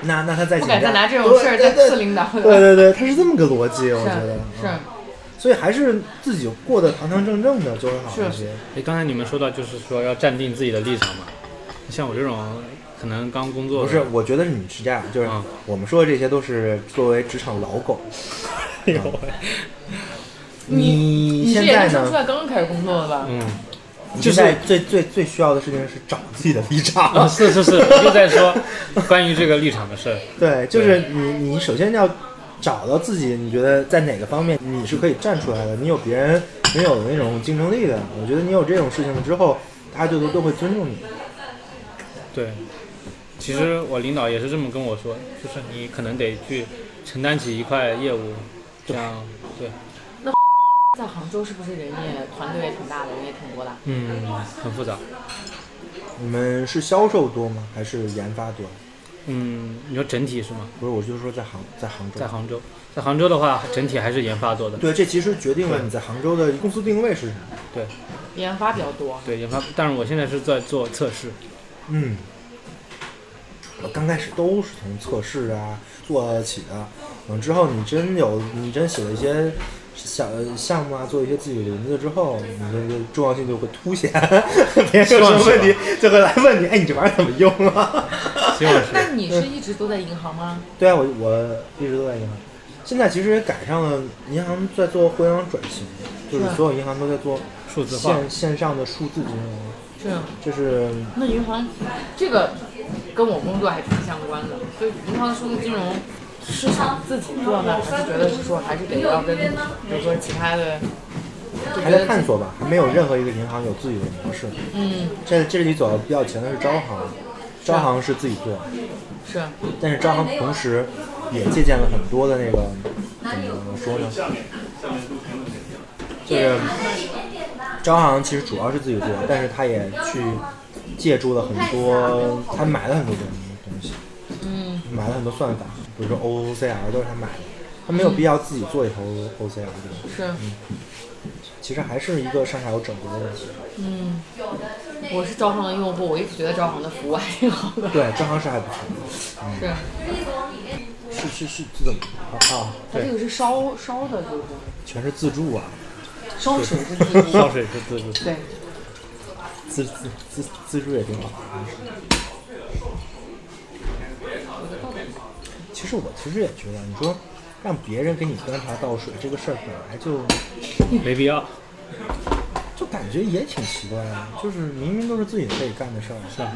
S2: 那那他再
S4: 不
S2: 请
S4: 敢
S2: 假，
S4: 再拿这种事儿
S2: 对
S4: 再
S2: 对
S4: 刺领导，
S2: 对对对，他是这么个逻辑，我觉得，嗯
S4: 是
S2: 所以还是自己过得堂堂正正的就会好一些。
S3: 哎，刚才你们说到就是说要站定自己的立场嘛，像我这种可能刚工作
S2: 不
S3: 的
S2: 是，我觉得是你是这样，就是
S3: 嗯
S2: 我们说的这些都是作为职场老 狗。啊
S3: 哎呦喂，
S2: 你
S4: 你是
S2: 现
S4: 研
S2: 在
S4: 究生出
S2: 呢？
S4: 来刚刚开始工作的吧？
S3: 嗯，
S2: 你
S3: 就
S2: 现
S3: 是
S2: 在最最最需要的事情是找自己的立
S3: 啊，
S2: 场。
S3: 是是是，我就在说关于这个立场的事儿。
S2: 对，就是你你首先要找到自己，你觉得在哪个方面你是可以站出来的，你有别人没有的那种竞争力的。我觉得你有这种事情了之后，大家就都都会尊重你。
S3: 对，其实我领导也是这么跟我说，就是你可能得去承担起一块业务，这样对，
S4: 在杭州是不是人也团队也挺大的，人也挺多的？
S3: 嗯，很复杂。
S2: 你们是销售多吗？还是研发多？
S3: 嗯，你说整体是吗？
S2: 不是，我就说在杭在杭州
S3: 在。杭州，在杭州的话，整体还是研发做的。
S2: 对，这其实决定了你在杭州的公司定位是什么。
S3: 对
S4: 研发比较多，
S2: 哦
S3: 嗯对，研发。但是我现在是在做测试，
S2: 嗯，刚开始都是从测试啊做起的，等之后你真有你真写了一些小项目啊，做一些自己的林子之后，你这个重要性就会凸 显，别人有什么问题就会来问你，哎，你这玩意儿怎么用 啊？
S3: 希望是
S4: 那你是一直都在银行吗？
S2: 对啊，我我一直都在银行，现在其实也赶上了银行在做互联网转型，就是
S4: 是啊
S2: 所有银行都在做
S3: 数字化。
S2: 线
S3: 嗯
S2: 线上的数字金融，
S4: 是啊。
S2: 这是
S4: 那银行这个跟我工作还挺相关的，所以银行的数字金融是想自己做呢，还是觉得是说还是得要跟，比如说其他的，就
S2: 还
S4: 觉
S2: 在
S4: 得
S2: 探索吧，还没有任何一个银行有自己的模式。
S4: 嗯
S2: 这这里走的比较前的是招行，招行是自己做，
S4: 是
S2: 但是招行同时也借鉴了很多的那个嗯怎么说呢？就是招行其实主要是自己做，但是他也去借助了很多，他买了很多东东西，
S4: 嗯
S2: 买了很多算法，比如说 OCR 都是他买的，他没有必要自己做一套 OCR 这个，
S4: 是
S2: 其实还是一个上下游整合的问题。
S4: 嗯，我是招行的用户，我一直觉得招行的服务还挺好的，
S2: 对，招行是还不错，是
S4: 是
S2: 是是自怎么啊？
S4: 它这
S2: 对，
S4: 个是烧烧的，就是
S2: 全是自助啊。
S4: 烧水是自助，
S3: 烧水是自助，
S4: 对，
S2: 自自自自助也挺好。其实我其实也觉得，你说让别人给你端茶倒水这个事儿，本来就
S3: 没必要。
S2: 就感觉也挺奇怪啊，就是明明都是自己可以干的事儿，
S3: 是啊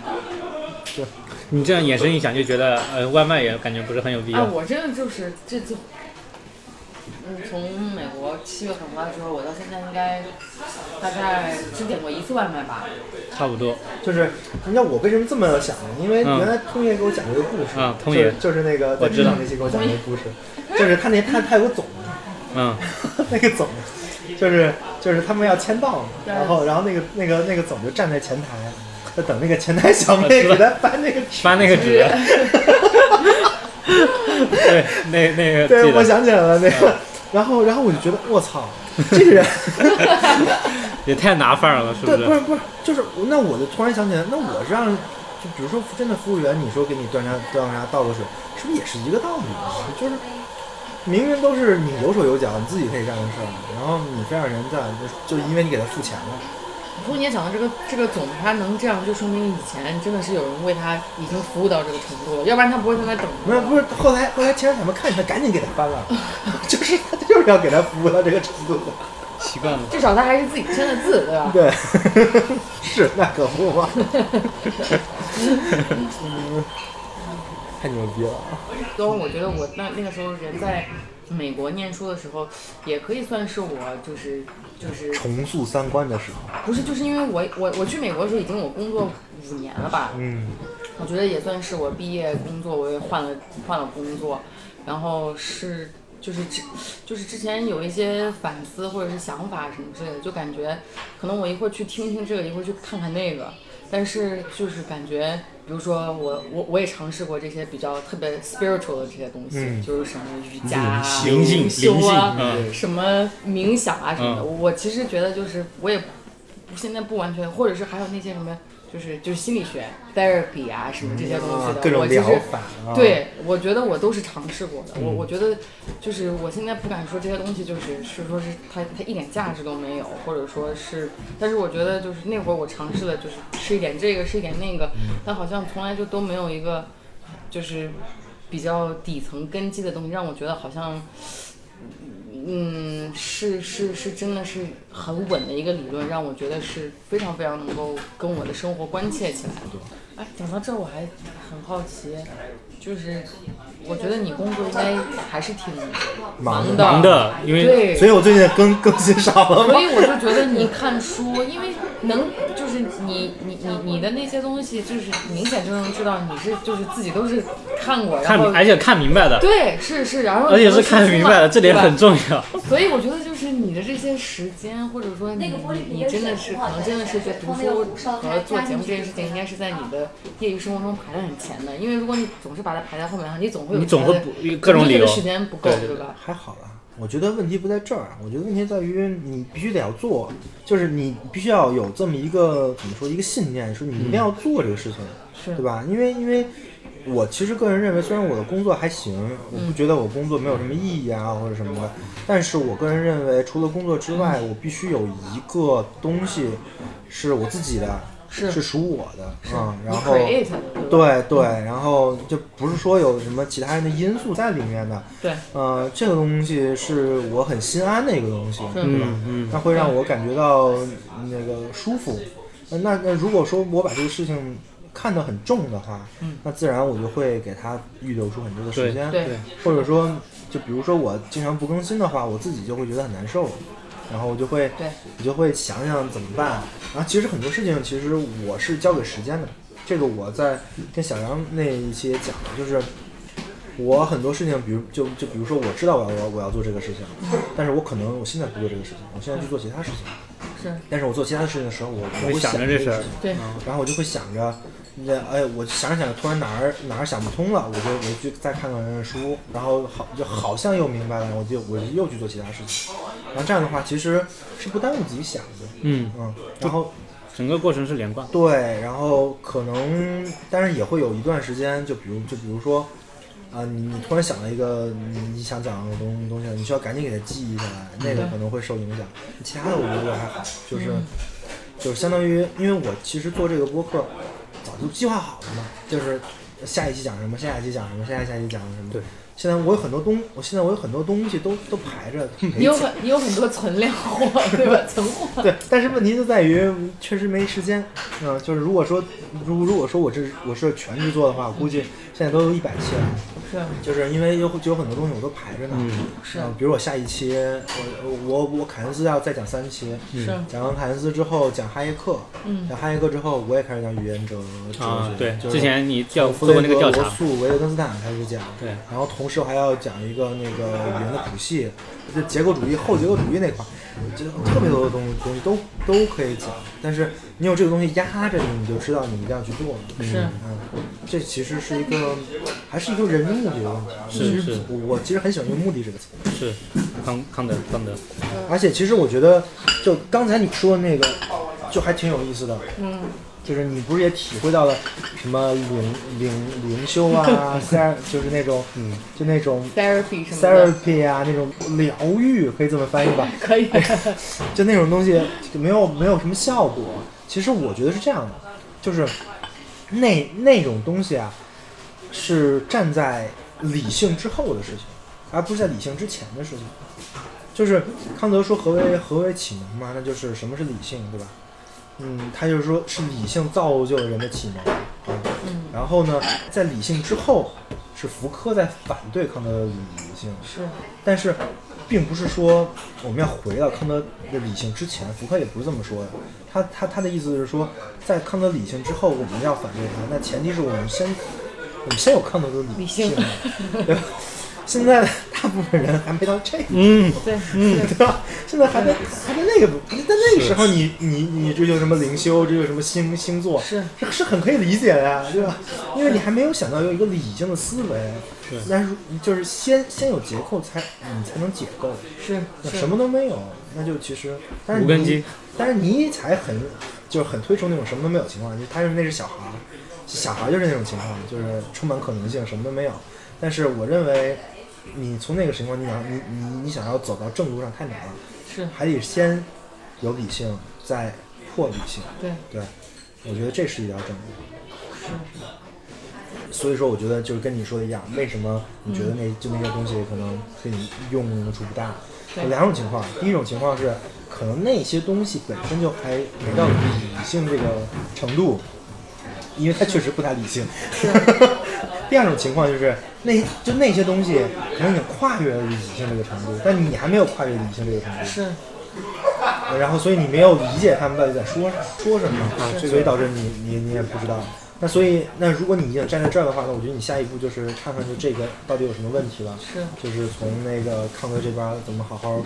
S2: 对，
S3: 你这样眼神一想就觉得，呃，外卖也感觉不是很有必
S4: 啊，
S3: 要。
S4: 我真的就是这次，嗯，从美国七月份回来之后，我到现在应该大概只点过一次外卖吧。
S3: 差不多，
S2: 就是你知道我为什么这么想呢？因为
S3: 嗯
S2: 原来通爷给我讲过一个故事，
S3: 啊通
S2: 就
S3: 爷
S2: 是就是那个在
S3: 我知
S2: 职
S3: 道
S2: 场那期给我讲过一个故事，就是他那他他有个总，
S3: 嗯，
S2: 那个总，就是就是他们要签到嘛，
S4: 对
S2: 然后然后那个那个那个总就站在前台，在等那个前台小妹
S3: 我知道
S2: 给他搬那个纸。
S3: 翻那个纸，对，那那个
S2: 对，
S3: 记得嗯
S2: 我想起来了那个， 然后然后我就觉得我操，这 个人，
S3: 也太拿范儿了，是不
S2: 对，不
S3: 是？
S2: 是不是，就是那我就突然想起来，那我让就比如说真的服务员，你说给你端茶端茶倒个水，是不是也是一个道理啊？就是。明明都是你有手有脚，你自己可以干的事儿，然后你非让人在，就就因为你给他付钱了，
S4: 通姐讲的这个这个总，他能这样，就说明以前真的是有人为他已经服务到这个程度了，要不然他不会在那等。
S2: 没有，不是，后来后来前两天我们看见他，赶紧给他翻 了，就是他就是要给他服务到这个程度。
S3: 习惯了。
S4: 至少他还是自己签的字，对吧？
S2: 对， 是那可不嘛。嗯，太牛逼了啊！
S4: 所以我觉得我那那个时候人在美国念书的时候，也可以算是我就是就是
S2: 重塑三观的时候，
S4: 不是就是因为我我我去美国的时候已经我工作五年了吧，
S2: 嗯，
S4: 我觉得也算是我毕业工作，我也换了换了工作，然后是就是之就是之前有一些反思或者是想法什么之类的，就感觉可能我一会儿去听听这个，一会儿去看看那个，但是就是感觉，比如说我我我也尝试过这些比较特别 spiritual 的这些东西，
S2: 嗯
S4: 就是什么瑜伽啊、
S3: 灵性
S4: 灵修啊、
S3: 嗯
S4: 什么冥想啊什么的，我其实觉得就是我也不现在不完全，或者是还有那些什么，就是就是心理学、therapy 啊什么这些东西的，
S2: 各种
S4: 我其
S2: 疗
S4: 实
S2: 法啊，，
S4: 对，我觉得我都是尝试过的。我我觉得就是我现在不敢说这些东西，就是是说是它它一点价值都没有，或者说是，但是我觉得就是那会儿我尝试的就是吃一点这个，吃一点那个，但好像从来就都没有一个就是比较底层根基的东西，让我觉得好像。嗯，是是是，真的是很稳的一个理论，让我觉得是非常非常能够跟我的生活关切起来的。哎，讲到这儿我还很好奇，就是我觉得你工作应该还是挺
S2: 忙
S4: 的，
S3: 忙的，因为
S4: 对，
S2: 所以我最近更更新少了
S4: 所
S2: 嘛。
S4: 以我就觉得你看书，因为能就是你你你你的那些东西，就是明显就能知道你是就是自己都是看过，
S3: 看
S4: 然后
S3: 而且看明白的，
S4: 对是是，然后
S3: 而且
S4: 你能
S3: 是看
S4: 说出
S3: 明
S4: 嘛
S3: 白的，这点
S4: 对吧
S3: 很重 要。
S4: 所以我觉得就是你的这些时间，或者说你你你真的是可能真的是觉得读书和做节目这件事情，应该是在你的业余生活中排在很前的。因为如果你总是把它排在后面的话，你总会有
S3: 你总会
S4: 觉得
S3: 不各种
S4: 你
S3: 理
S4: 这个
S3: 由，
S4: 时间不够，
S3: 对对
S4: 吧？
S2: 还好啦，我觉得问题不在这儿，啊我觉得问题在于你必须得要做，就是你必须要有这么一个怎么说一个信念，说你一定要做这个事情，
S4: 是
S2: 对吧？因为因为我其实个人认为，虽然我的工作还行，我
S4: 嗯
S2: 不觉得我工作没有什么意义啊或者什么的，但是我个人认为，除了工作之外，我必须有一个东西是我自己的，
S4: 是
S2: 是属我的，嗯，
S4: 你
S2: 然后
S4: create 的嗯对吧
S2: 对对，然后就不是说有什么其他人的因素在里面的，
S4: 对，
S2: 呃，这个东西是我很心安的一个东西，对吧？
S3: 嗯
S2: 那会让我感觉到那个舒服。呃那那如果说我把这个事情看得很重的话，那自然我就会给它预留出很多的时间，
S4: 嗯对对
S2: 或者说，就比如说我经常不更新的话，我自己就会觉得很难受，然后我就会，
S4: 对
S2: 我就会想想怎么办。然后其实很多事情，其实我是交给时间的。这个我在跟小杨那一期也讲了，就是我很多事情，比如就就比如说，我知道我要我要我要做这个事情，
S4: 嗯
S2: 但是我可能我现在不做这个事情，我现在去做其他事情。
S4: 是。
S2: 但是我做其他事情的时候，我我
S3: 会
S2: 会
S3: 想
S2: 着
S3: 着这
S2: 这
S3: 事儿
S2: 情嗯
S4: 对，
S2: 然后我就会想着，那哎，我想着想着，突然哪儿哪儿想不通了，我就我就再看看书，然后好就好像又明白了，我就我就又去做其他事情，然后这样的话其实是不耽误自己想的，
S3: 嗯，
S2: 嗯，然后
S3: 整个过程是连贯。
S2: 对，然后可能但是也会有一段时间，就比如就比如说。啊、你你突然想了一个你你想讲的东东西，你需要赶紧给它记忆下来，那个
S4: 对
S2: 可能会受影响。其他的我觉得还好，就是、就是相当于，因为我其实做这个播客早就计划好了嘛，就是下一期讲什么，下一期讲什么，下一下一期讲什么。
S3: 对，
S2: 现在我有很多东，我现在我有很多东西都都排着。
S4: 你有很你有很多存量货， 对吧？存 货。
S2: 对，但是问题就在于确实没时间。嗯、就是如果说如如果说我这我是全职做的话，我估计现在都有一百期了。
S4: 是
S2: 就是因为有就有很多东西我都排着呢，
S3: 嗯
S4: 是
S2: 呃比如我下一期我我我凯恩斯要再讲三期，
S3: 嗯
S4: 是
S2: 讲完凯恩斯之后讲哈耶克，
S4: 嗯
S2: 讲哈耶克之后我也开始讲语言哲哲学，
S3: 啊，对，
S2: 就是
S3: 之前你调
S2: 弗
S3: 做
S2: 雷
S3: 过那个
S2: 格
S3: 调
S2: 罗
S3: 查，
S2: 素、维特根斯坦开始讲，
S3: 对
S2: 然后同时我还要讲一个那个语言的谱系，就结构主义、后结构主义那块儿，就特别多的东西东西都都可以讲，但是你有这个东西压着你，你就知道你一定要去做了。
S4: 是
S2: 嗯，这其实是一个，还是一个人的目的的问题。啊
S3: 是
S2: 其实
S3: 是
S2: 我我其实很喜欢用“目的”这个词，
S3: 是康康德康德，
S2: 而且其实我觉得，就刚才你说的那个，就还挺有意思的。嗯，就是你不是也体会到了什么灵灵灵修啊，三就是那种嗯，就那种
S4: therapy 什么的，
S2: therapy 啊，那种疗愈，可以这么翻译吧？
S4: 可以。
S2: 就那种东西就没有没有什么效果。其实我觉得是这样的，就是那那种东西啊，是站在理性之后的事情，而不是在理性之前的事情。就是康德说何为何为启蒙嘛，那就是什么是理性，对吧？嗯，他就是说是理性造就了人的启蒙啊。
S4: 嗯，
S2: 然后呢，在理性之后，是福柯在反对康德的理性，
S4: 是
S2: 但是，并不是说我们要回到康德的理性之前，福柯也不是这么说的。他他他的意思是说，在康德理性之后，我们要反对他。那前提是我们先，我们先有康德的理性，
S4: 理
S2: 对吧？现在大部分人还没到这个，
S3: 嗯，
S4: 对，嗯，
S2: 对吧？现在还在还在那个，还在那个时候你，你你追求什么灵修，追求什么星星座，
S4: 是
S2: 是是很可以理解的呀，对吧？因为你还没有想到有一个理性的思维，
S3: 对
S2: 那如就是先先有结构才你才能解构，
S4: 是
S2: 那
S4: 是
S2: 什么都没有，那就其实，但是
S3: 无根
S2: 你
S3: 基
S2: 但是尼采很就是很推崇那种什么都没有情况，就是他认为那是小孩儿，小孩儿就是那种情况，就是充满可能性，什么都没有。但是我认为，你从那个情况，你想你你你想要走到正路上太难了，
S4: 是，
S2: 还得先有理性，再破理性。
S4: 对，
S2: 对，我觉得这是一条正路。所以说，我觉得就是跟你说的一样，为什么你觉得那、就那些东西可能对你用处不大？
S4: 对
S2: 有两种情况，第一种情况是可能那些东西本身就还没到理性这个程度，因为它确实不太理性。 第二种情况就是那就那些东西可能已经跨越了理性这个程度，但你还没有跨越理性这个程度。
S4: 是
S2: 然后所以你没有理解他们到底在说说什么，啊、
S3: 嗯
S2: 所以导致你你你也不知道。那所以那如果你已经站在这儿的话，那我觉得你下一步就是看看就这个到底有什么问题了，
S4: 是
S2: 就是从那个康德这边怎么好好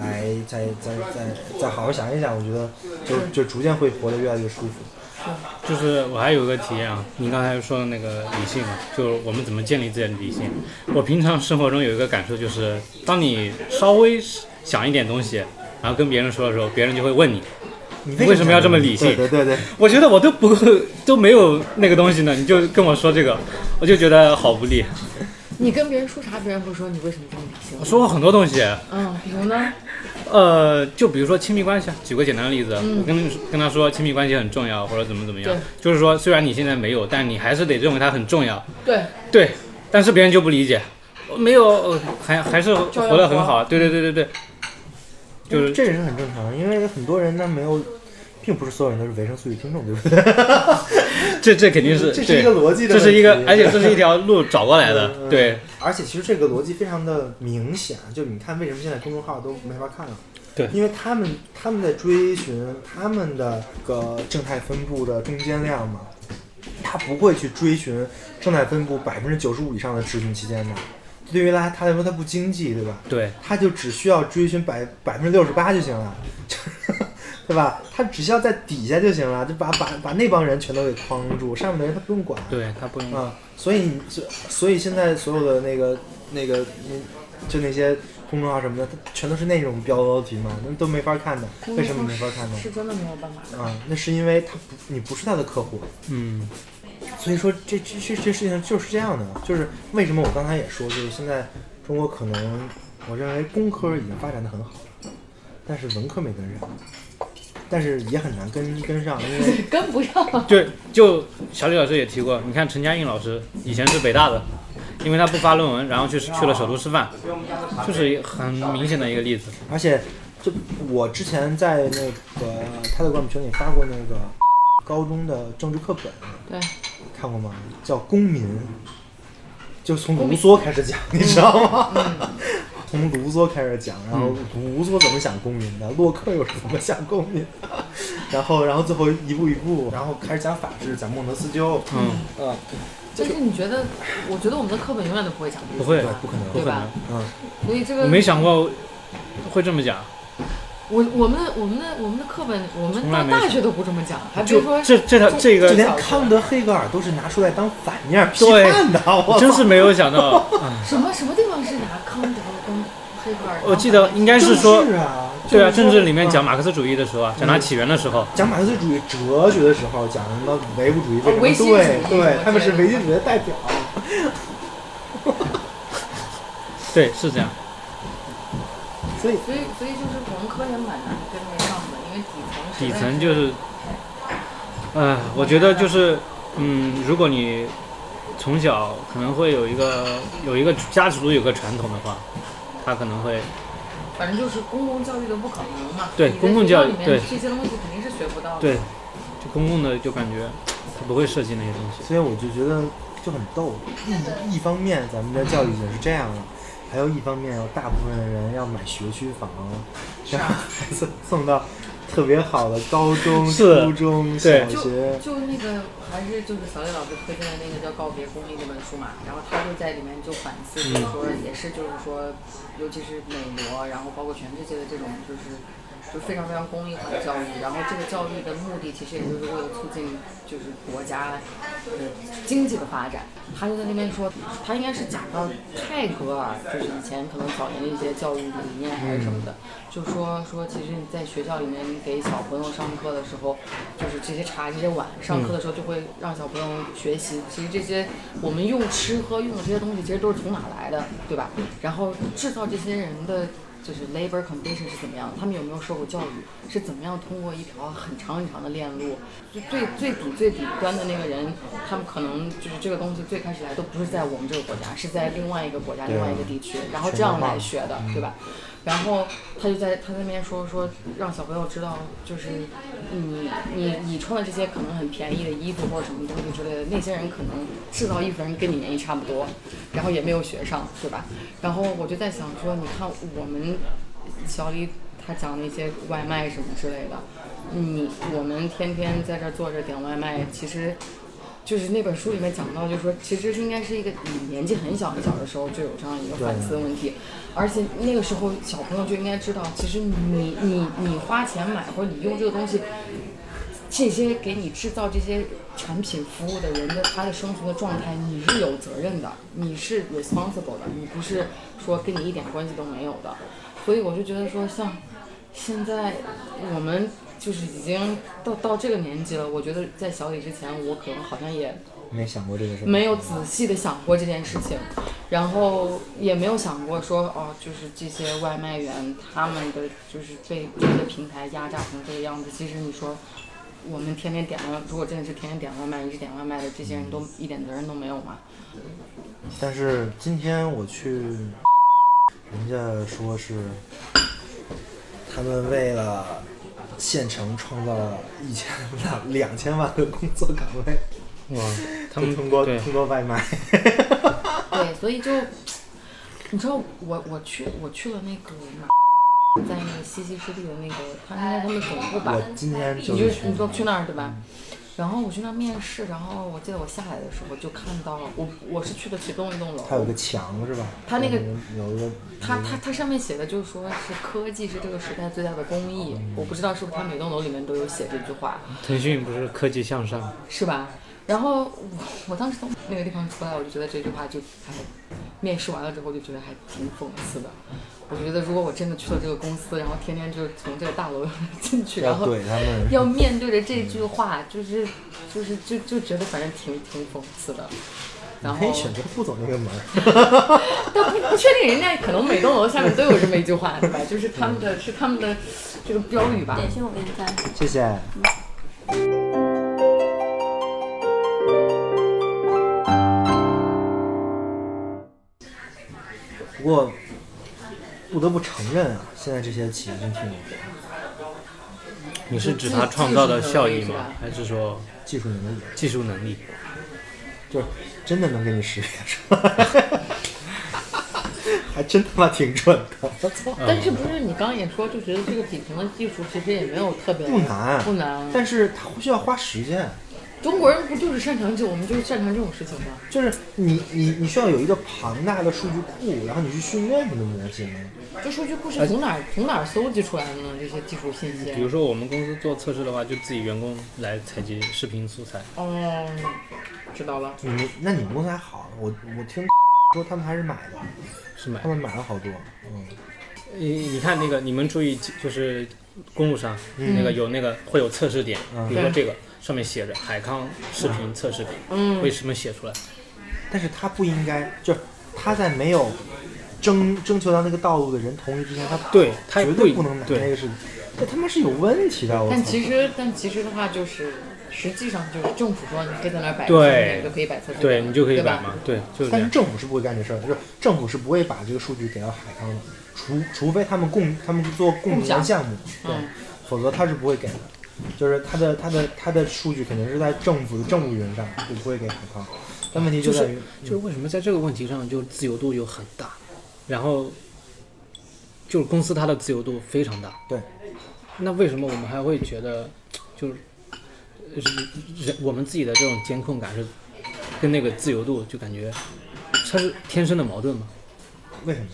S2: 来再再再再好好想一想，我觉得就就逐渐会活得越来越舒服。
S3: 就是我还有一个体验啊，你刚才说的那个理性啊，就是我们怎么建立自己的理性。我平常生活中有一个感受就是，当你稍微想一点东西，然后跟别人说的时候，别人就会问你，
S2: 你
S3: 为什么要这么理性
S2: 对对对对，
S3: 我觉得我都不够，都没有那个东西呢，你就跟我说这个，我就觉得好无力。
S4: 你跟别人说啥，别人会说你为什么这么理性
S3: 我？说过很多东西，
S4: 嗯，有呢，
S3: 呃，就比如说亲密关系，啊，举个简单的例子，我跟跟他说亲密关系很重要，或者怎么怎么样
S4: 对，
S3: 就是说虽然你现在没有，但你还是得认为它很重要，
S4: 对，
S3: 对，但是别人就不理解，呃没有，呃还还是
S4: 照样
S3: 活得很
S4: 活
S3: 好，对对对对对，就是
S2: 这也是很正常，因为很多人呢没有，并不是所有人都是维生素与 E 听众，对不对？
S3: 这这肯定是
S2: 这是
S3: 对
S2: 一个逻辑的
S3: 这是一个
S2: 问，题
S3: 而且这是一条路找过来
S2: 嗯
S3: 的，
S2: 嗯
S3: 对
S2: 而且其实这个逻辑非常的明显，就你看为什么现在公众号都没法看了。
S3: 对
S2: 因为他们他们在追寻他们的个正态分布的中间量嘛，他不会去追寻正态分布百分之九十五以上的持平期间的，对于他他来说他不经济，对吧？
S3: 对
S2: 他就只需要追寻百百分之六十八就行了， 对吧？他只需要在底下就行了，就把把把那帮人全都给框住，上面的人他不用管。
S3: 对，他不用，
S2: 啊，所以你所所以现在所有的那个那个那就那些公众号什么的，它全都是那种标题嘛，那都没法看的。为什么没法看呢？
S4: 是真的没有办法。
S2: 啊，那是因为他不，你不是他的客户，
S3: 嗯，
S2: 所以说这这这这事情就是这样的，就是为什么我刚才也说，就是现在中国可能我认为工科已经发展的很好了，但是文科没跟上，但是也很难跟跟上，因为
S4: 跟不上，
S3: 就就小李老师也提过，你看陈嘉映老师以前是北大的，因为他不发论文，然后去去了首都师范，就是很明显的一个例子，
S2: 而且，就我之前在那个他的管理群里发过那个高中的政治课本，
S4: 对，
S2: 看过吗？叫《公民》，就是从卢梭开始讲，你知道吗？ 从卢梭开始讲，然后
S3: 嗯
S2: 卢梭怎么想公民的，洛克又是怎么想公民的，然后然后最后一步一步，然后开始讲法治，讲孟德斯鸠，
S3: 嗯，
S2: 嗯，
S4: 但是你觉得，我觉得我们的课本永远都不会讲这
S3: 不
S4: 些，
S3: 会
S2: 对，，不可能，
S4: 对吧？
S2: 嗯，
S4: 所以这个
S3: 我没想过会这么讲，
S4: 我我们的我们的我们的课本，我们
S3: 从来
S4: 到
S3: 没
S4: 大学都不这么讲，还别
S3: 就
S4: 说
S3: 这这条
S4: 中
S3: 这
S2: 就
S3: 个
S2: 连康德、黑格尔都是拿出来当反面批
S3: 对
S2: 判的，我
S3: 真
S2: 操
S3: 是没有想 到，
S4: 什么什么地方是拿康德跟黑格尔当反面？
S3: 我记得应该是说
S2: 政。治啊，
S3: 对啊，
S2: 就是
S3: 政
S2: 说
S3: 治里面
S2: 嗯
S3: 讲马克思主义的时候啊，讲它起源的时候，
S2: 讲马克思主义哲学的时候，讲什么唯物主义为什么
S4: 哦唯心主义
S2: 对
S4: 什么之类
S2: 对
S4: 的，
S2: 他们是唯心主义的代表。
S4: 嗯
S3: 对，是这样。
S2: 所以
S4: 所以所以就是文科也蛮难跟得上的，因为底层实在
S3: 底层就是，呃，我觉得就是，嗯，如果你从小可能会有一个有一个家族有个传统的话，他可能会
S4: 反正就是公共教育的不可能嘛。
S3: 对
S4: 你在
S3: 公共教育
S4: 学校里面
S3: 对
S4: 这些东西肯定是学不到的。
S3: 对，就公共的就感觉他不会涉及那些东西。
S2: 所以我就觉得就很逗。一一方面咱们的教育已经是这样了，还有一方面有大部分的人要买学区房，让
S4: 啊
S2: 孩子送到特别好的高中、
S3: 是
S2: 初中、小
S3: 对
S2: 学。
S4: 就那个还是就是小磊老师推荐的那个叫《告别功利》这本书嘛，然后他就在里面就反思，就是说也是就是说，尤其是美国，然后包括全世界的这种就是就非常非常功利化的教育，然后这个教育的目的其实也就是为了促进就是国家的经济的发展。他就在那边说，他应该是讲到泰戈尔，就是以前可能早年的一些教育理念还是什么的，就说说其实你在学校里面你给小朋友上课的时候，就是这些茶这些碗，上课的时候就会让小朋友学习，其实这些我们用吃喝用的这些东西其实都是从哪来的，对吧？然后制造这些人的。就是 labor condition 是怎么样的，他们有没有受过教育，是怎么样通过一条很长很长的链路，就最最底最底端的那个人，他们可能就是这个东西最开始来都不是在我们这个国家，是在另外一个国家、
S2: 对啊
S4: 另外一个地区，然后
S2: 全
S4: 这样
S2: 球化
S4: 来学的，对吧？然后他就在他在那边说说，让小朋友知道，就是你你你穿的这些可能很便宜的衣服或者什么东西之类的，那些人可能制造衣服的人跟你年纪差不多，然后也没有学上，对吧？然后我就在想说，你看我们小李他讲那些外卖什么之类的，你我们天天在这儿坐着点外卖，其实就是那本书里面讲到，就是说其实应该是一个你年纪很小很小的时候就有这样一个反思的问题，而且那个时候小朋友就应该知道，其实你你你花钱买或者你用这个东西。这些给你制造这些产品服务的人的他的生存的状态，你是有责任的，你是 responsible 的，你不是说跟你一点关系都没有的。所以我就觉得说，像现在我们就是已经到到这个年纪了，我觉得在小李之前，我可能好像也
S2: 没想过这个事儿，
S4: 没有仔细的想过这件事情，然后也没有想过说哦，就是这些外卖员他们的就是被这些平台压榨成这个样子。其实你说我们天天点外，如果真的是天天点外卖，一直点外卖的这些人都一点责任都没有嘛？
S2: 但是今天我去，人家说是他们为了县城创造了一千万、两千万个工作岗位，
S3: 哇，他
S2: 就
S3: 们
S2: 通过
S3: 对
S2: 通过外卖。
S4: 对，所以就你知道我我去我去了那个哪儿，在那个西溪湿地的那个，他应该他们总部吧？
S2: 我今天就
S4: 你就是你都去那儿对吧？然后我去那儿面试，然后我记得我下来的时候就看到我我是去的其中一栋楼，
S2: 它有个墙是吧？
S4: 它那个
S2: 有一个
S4: 它它它上面写的就是说是科技是这个时代最大的公益，我不知道是不是它每栋楼里面都有写这句话，
S3: 腾讯不是科技向上，
S4: 是吧？然后我我当时从那个地方出来，我就觉得这句话就哎，面试完了之后就觉得还挺讽刺的。我觉得如果我真的去了这个公司，然后天天就是从这个大楼 进去，然
S2: 要
S4: 后
S2: 怼他们，
S4: 要面对着这句话，就是就是就就觉得反正挺挺讽刺的。然
S2: 可以
S4: 后，
S2: 选择不走那个门儿。
S4: 但不不确定人家可能每栋楼下面都有这么一句话，对吧？就是他们
S2: 嗯
S4: 的是他们的这个标语吧。
S5: 点心我给你带。
S2: 谢谢。不过，不得不承认啊，现在这些企业真挺牛逼，
S3: 你是指
S4: 技
S3: 它创造的
S4: 技术
S3: 效
S4: 能力
S3: 益
S4: 是
S3: 吗
S4: 吧？
S3: 还是说
S2: 技术能力
S3: 技术能力？
S2: 就是真的能给你识别出来， 还真他妈挺准的。我操！
S4: 但是不是你刚刚也说，就觉得这个底层的技术其实也没有特别
S2: 不难
S4: 不难。
S2: 但是它需要花时间，
S4: 中国人不就是擅长这，我们就是擅长这种事情吗？
S2: 就是你你你需要有一个庞大的数据库，然后你去训练你的模型。
S4: 这数据库
S2: 哎
S4: 是从哪儿从哪儿搜集出来的呢？这些技术信息
S3: 比？如说我们公司做测试的话，就自己员工来采集视频素材。
S4: 哦，知道了。
S2: 你们那你们公司还好，我我听说他们还是买的，
S3: 是买
S2: 他们买了好多，嗯，
S3: 你你看那个，你们注意，就是公路上、那个有那个会有测试点，
S2: 嗯
S3: 比如说这个上面写着海康视频测试点，
S4: 嗯
S3: 为什么写出来？
S2: 但是他不应该，就是他在没有征征求到那个道路的人同意之前，他
S3: 对他也
S2: 绝
S3: 不
S2: 对不能拿
S3: 对
S2: 那个是，这他妈是有问题的，我
S4: 但
S2: 操
S4: 其实，但其实的话，就是实际上就是政府说你可以在那儿摆，
S3: 对
S4: 你就可以摆测试，
S3: 对你就可以
S4: 对
S3: 摆
S4: 吧
S3: 嘛，对，就是这
S2: 但是
S3: 样。
S2: 政府是不会干这事儿的，就是政府是不会把这个数据给到海康的，除除非他们共他们做共
S4: 共享
S2: 赢项目，对，
S4: 嗯
S2: 否则他是不会给的。就是他的他的他的数据肯定是在政府的政务云上，就不会给海康。但问题
S3: 就
S2: 在
S3: 是
S2: 于，
S3: 就是为什么在这个问题上就自由度又很大，然后就是公司它的自由度非常大。
S2: 对，
S3: 那为什么我们还会觉得就是呃人我们自己的这种监控感是跟那个自由度就感觉它是天生的矛盾吗？
S2: 为什么？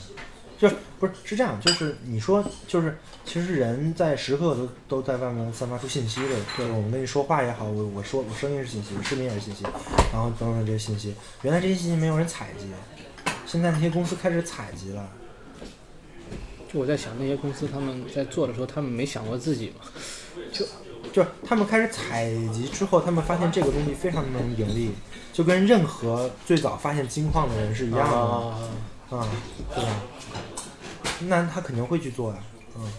S2: 就是不是是这样？就是你说，就是其实人在时刻都都在外面散发出信息的，就是我们跟你说话也好，我我说我声音是信息，我视频也是信息，然后等等这些信息，原来这些信息没有人采集，现在那些公司开始采集了。
S3: 就我在想那些公司他们在做的时候，他们没想过自己嘛？
S2: 就是他们开始采集之后，他们发现这个东西非常能盈利，就跟任何最早发现金矿的人是一样的啊、
S3: 啊，
S2: 对吧？那他肯定会去做呀、嗯，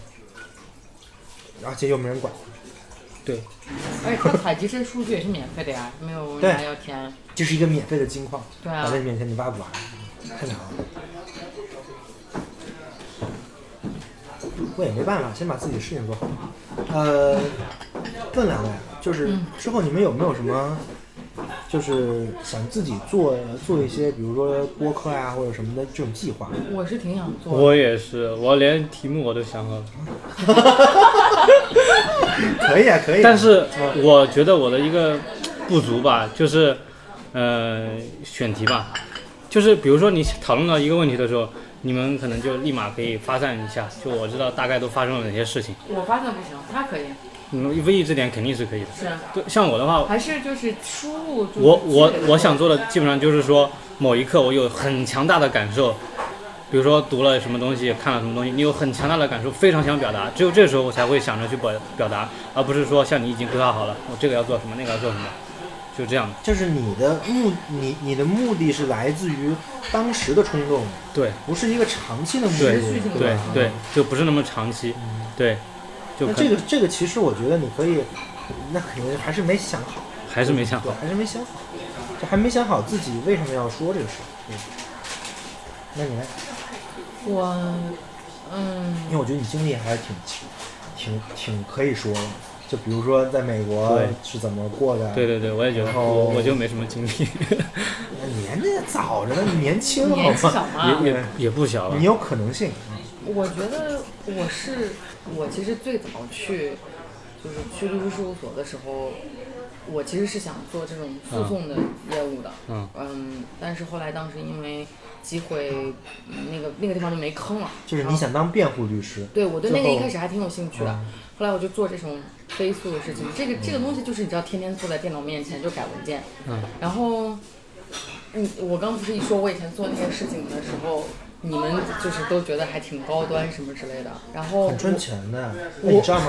S2: 而且又没人管。
S3: 对，
S4: 而且它采集这数据也是免费的呀，没有人家要填。
S2: 这是一个免费的金矿，
S4: 对啊
S2: 摆在你面前你挖不挖？太难了。我也没办法，先把自己的事情做好。呃，问两位，就是
S3: 嗯
S2: 之后你们有没有什么，就是想自己做做一些，比如说播客呀、或者什么的这种计划？
S4: 我是挺想做的，
S3: 我也是，我连题目我都想 好了。
S2: 可以啊，可以啊
S3: 但是我觉得我的一个不足吧，就是呃选题吧，就是比如说你讨论到一个问题的时候，你们可能就立马可以发散一下，就我知道大概都发生了哪些事情，
S4: 我发现不行，他可以，
S3: 你们微议这点肯定是可以的。
S4: 是啊
S3: 对，像我的话，
S4: 还是就是输入就是
S3: 我我
S4: 积累的
S3: 我想做的基本上就是说，某一刻我有很强大的感受，比如说读了什么东西，看了什么东西，你有很强大的感受，非常想表达，只有这时候我才会想着去表表达，而不是说像你已经规划好了，我这个要做什么，那个要做什么，就这样。
S2: 就是你的目，你你的目的是来自于当时的冲动，
S3: 对
S2: 不是一个长期的目
S3: 对
S2: 的，
S3: 对
S2: 吧？
S3: 对，就不是那么长期，
S4: 嗯
S3: 对，就
S2: 那
S3: 可
S2: 这个这个其实我觉得你可以，那肯定还是没想好，
S3: 还是没想好
S2: 对，。还是没想好，就还没想好自己为什么要说这个事儿。嗯，那你来，
S4: 我，
S2: 因
S4: 嗯，
S2: 为我觉得你经历还是挺挺挺可以说的，就比如说在美国
S3: 对
S2: 是怎么过的，
S3: 对对对，我也觉得，
S4: 哦
S2: 然后
S3: 我我就没什么 经历，
S2: 年纪早着呢，你年轻好
S4: 年纪
S2: 吗？
S4: 小嘛，
S3: 也也也不小了
S2: 你。有可能性，啊
S4: 我觉得我是我其实最早去就是去律师事务所的时候，我其实是想做这种诉讼的业务的，
S3: 嗯
S4: 嗯，但是后来当时因为机会，嗯那个那个地方就没坑了，
S2: 就是
S4: 然
S2: 你
S4: 后
S2: 想当辩护律师，
S4: 对，我对
S2: 最
S4: 那个一
S2: 后嗯
S4: 开始还挺有兴趣的，后来我就做这种飞速的事情。这个这个东西就是你知道，天天坐在电脑面前就改文件。
S3: 嗯。
S4: 然后，嗯，我刚不是一说我以前做那些事情的时候，你们就是都觉得还挺高端什么之类的。然后
S2: 很赚钱的。那
S4: 我
S2: 你知道吗？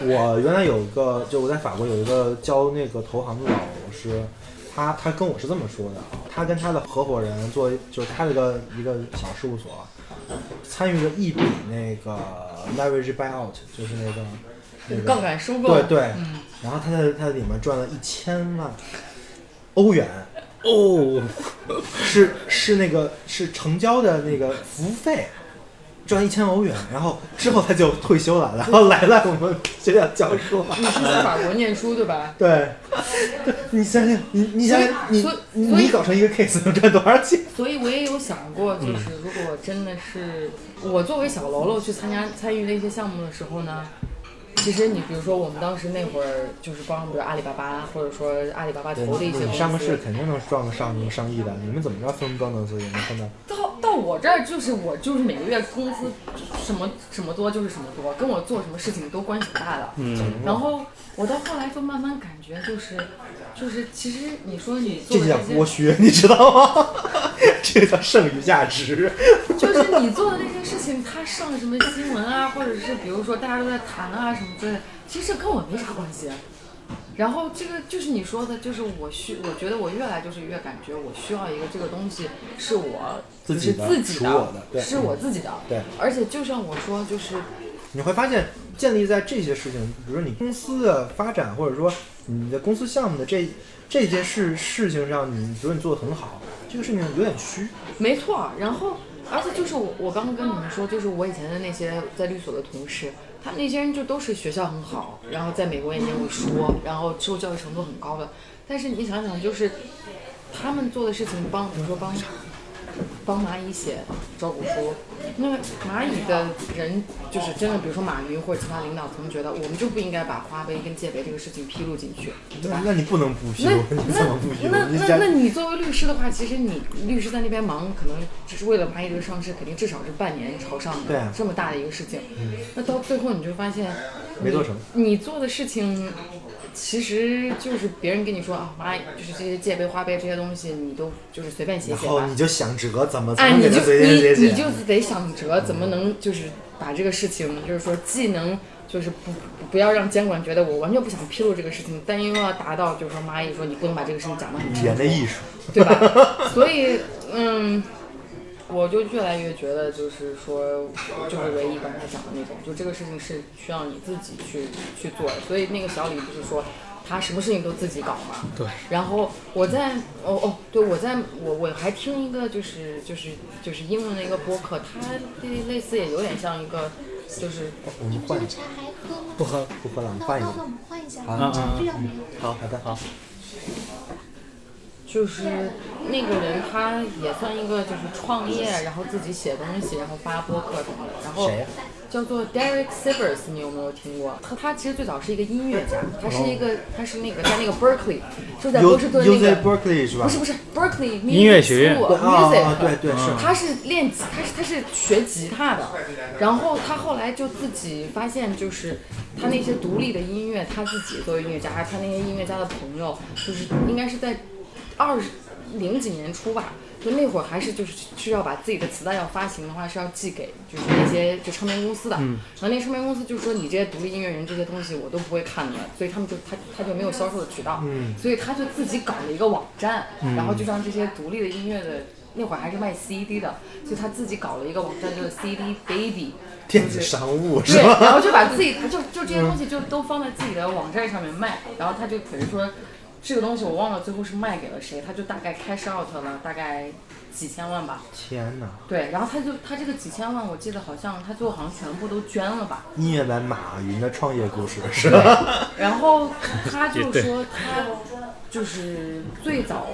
S2: 我我原来有一个，就我在法国有一个教那个投行的老师，他他跟我是这么说的，啊他跟他的合伙人做就是开了个一个小事务所，参与了一笔那个 leverage buyout，就是那个那
S4: 我
S2: 个
S4: 杠杆收购，
S2: 对 对，
S4: 嗯，
S2: 然后他在他在里面赚了一千万欧元。
S3: 哦，
S2: 是是那个是成交的那个服务费，赚一千欧元，然后之后他就退休了，然后来了我们学校教书。
S4: 你是在法国念书对吧？
S2: 对，对你想想，你你想想，你
S4: 所以
S2: 你
S4: 所以
S2: 你搞成一个 case 能赚多少钱？
S4: 所以我也有想过，就是如果真的是我作为小喽啰去参加参与那些项目的时候呢，其实你比如说我们当时那会儿就是帮比如阿里巴巴或者说阿里巴巴投的一些
S2: 你
S4: 公
S2: 上个市
S4: 司，
S2: 肯定能赚个上上亿的，你们怎么着分不能自己能分到？
S4: 到到我这儿就是我就是每个月工资什么什么多就是什么多，跟我做什么事情都关系不大的。
S3: 嗯，
S4: 然后我到后来就慢慢感觉就是就是其实你说你做
S2: 这啊
S4: 的
S2: 就
S4: 这
S2: 叫
S4: 些
S2: 剥削，你知道吗？这叫剩余价值。
S4: 就是你做的那些事情，它上什么新闻啊，或者是比如说大家都在谈啊什么之类的，其实跟我没啥关系。然后这个就是你说的，就是我需，我觉得我越来就是越感觉我需要一个这个东西是我
S2: 自
S4: 就
S2: 己
S4: 是
S2: 的
S4: 自己
S2: 属我的对
S4: 是我自己的，
S2: 对。
S4: 而且就像我说，就是
S2: 你会发现，建立在这些事情，比如说你公司的发展，或者说你的公司项目的这这些事事情上，你比如你做的很好，这个事情有点虚，
S4: 没错儿。然后，而且就是我，我刚刚跟你们说，就是我以前的那些在律所的同事，他们那些人就都是学校很好，然后在美国也念过书，然后受教育程度很高的。但是你想想，就是他们做的事情帮，比如说帮帮蚂蚁写招股书，那蚂蚁的人就是真的，比如说马云或者其他领导层觉得，我们就不应该把花呗跟借呗这个事情披露进去，对吧
S2: 那？那你不能不虚，
S4: 那
S2: 你怎
S4: 那
S2: 么不虚？
S4: 那
S2: 你
S4: 那
S2: 家
S4: 那你作为律师的话，其实你律师在那边忙，可能只是为了蚂蚁这个上市，肯定至少是半年朝上的，
S2: 对啊嗯
S4: 这么大的一个事情，那到最后你就发现
S2: 没做成。
S4: 你做的事情。其实就是别人跟你说啊，蚂蚁就是这些借呗、花呗这些东西，你都就是随便写
S2: 然
S4: 写
S2: 后
S4: 吧
S2: 你。就想辙怎么才
S4: 哎，
S2: 能
S4: 你
S2: 给
S4: 就
S2: 他随便嗯解
S4: 你你
S2: 解。
S4: 就是得想辙，怎么能就是把这个事情，就是说既能就是不不不要让监管觉得我完全不想披露这个事情，但又要达到就是说蚂蚁说你不能把这个事情讲得很
S2: 语言的艺术，
S4: 对吧？ 所以，嗯，我就越来越觉得，就是说，就是唯一刚才讲的那种，就这个事情是需要你自己去去做的。所以那个小李不是说他什么事情都自己搞嘛？
S3: 对。
S4: 然后我在哦哦，对我在我我还听一个就是就是就是英文的一个播客，它类类似也有点像一个就是
S2: 我们
S5: 这
S2: 换
S5: 个茶还喝吗？
S3: 不喝。
S2: 不喝了，我们
S5: 那
S2: 换一
S5: 那
S2: 个
S5: 我。们换一下
S2: 好
S5: 吧，
S3: 嗯嗯
S5: 这样没有。
S3: 好，
S2: 好的
S3: 好，
S4: 就是那个人，他也算一个就是创业，然后自己写东西，然后发播客什么的。然后
S2: 谁呀
S4: 叫做 Derek Sivers，你有没有听过？他他其实最早是一个音乐家，他是一
S2: 哦
S4: 个他是那个在那个 Berkeley，就在
S2: U
S4: 波士顿
S2: U
S4: 那
S2: Z
S4: 个
S2: Berkeley 是吧？
S4: 不是不是 Berkeley
S3: 音乐学院
S4: Music School，
S2: 对啊
S4: music 嗯
S2: 啊，对对是。
S4: 他是练吉，他是他是学吉他的，然后他后来就自己发现，就是他那些独立的音乐，他自己作为音乐家，还有他那些音乐家的朋友，就是应该是在二十零几年初吧，就那会儿还是就是是要把自己的磁带要发行的话，是要寄给就是那些就唱片公司的。然后那唱片公司就说你这些独立音乐人这些东西我都不会看的，所以他们就他他就没有销售的渠道，所以他就自己搞了一个网站，然后就让这些独立的音乐的。那会儿还是卖 CD 的，所以他自己搞了一个网站，就是 CD Baby，
S2: 电子商务是
S4: 对，
S2: 吧？嗯
S4: 然后就把自己，就就这些东西就都放在自己的网站上面卖，然后他就等于说，这个东西我忘了最后是卖给了谁，他就大概 cash out 了大概几千万吧，
S2: 天哪！
S4: 对，然后他就他这个几千万，我记得好像他最后好像全部都捐了吧，
S2: 音乐版马云的创业故事是吧？
S4: 然后他
S3: 也
S4: 就
S3: 对
S4: 说他就是最早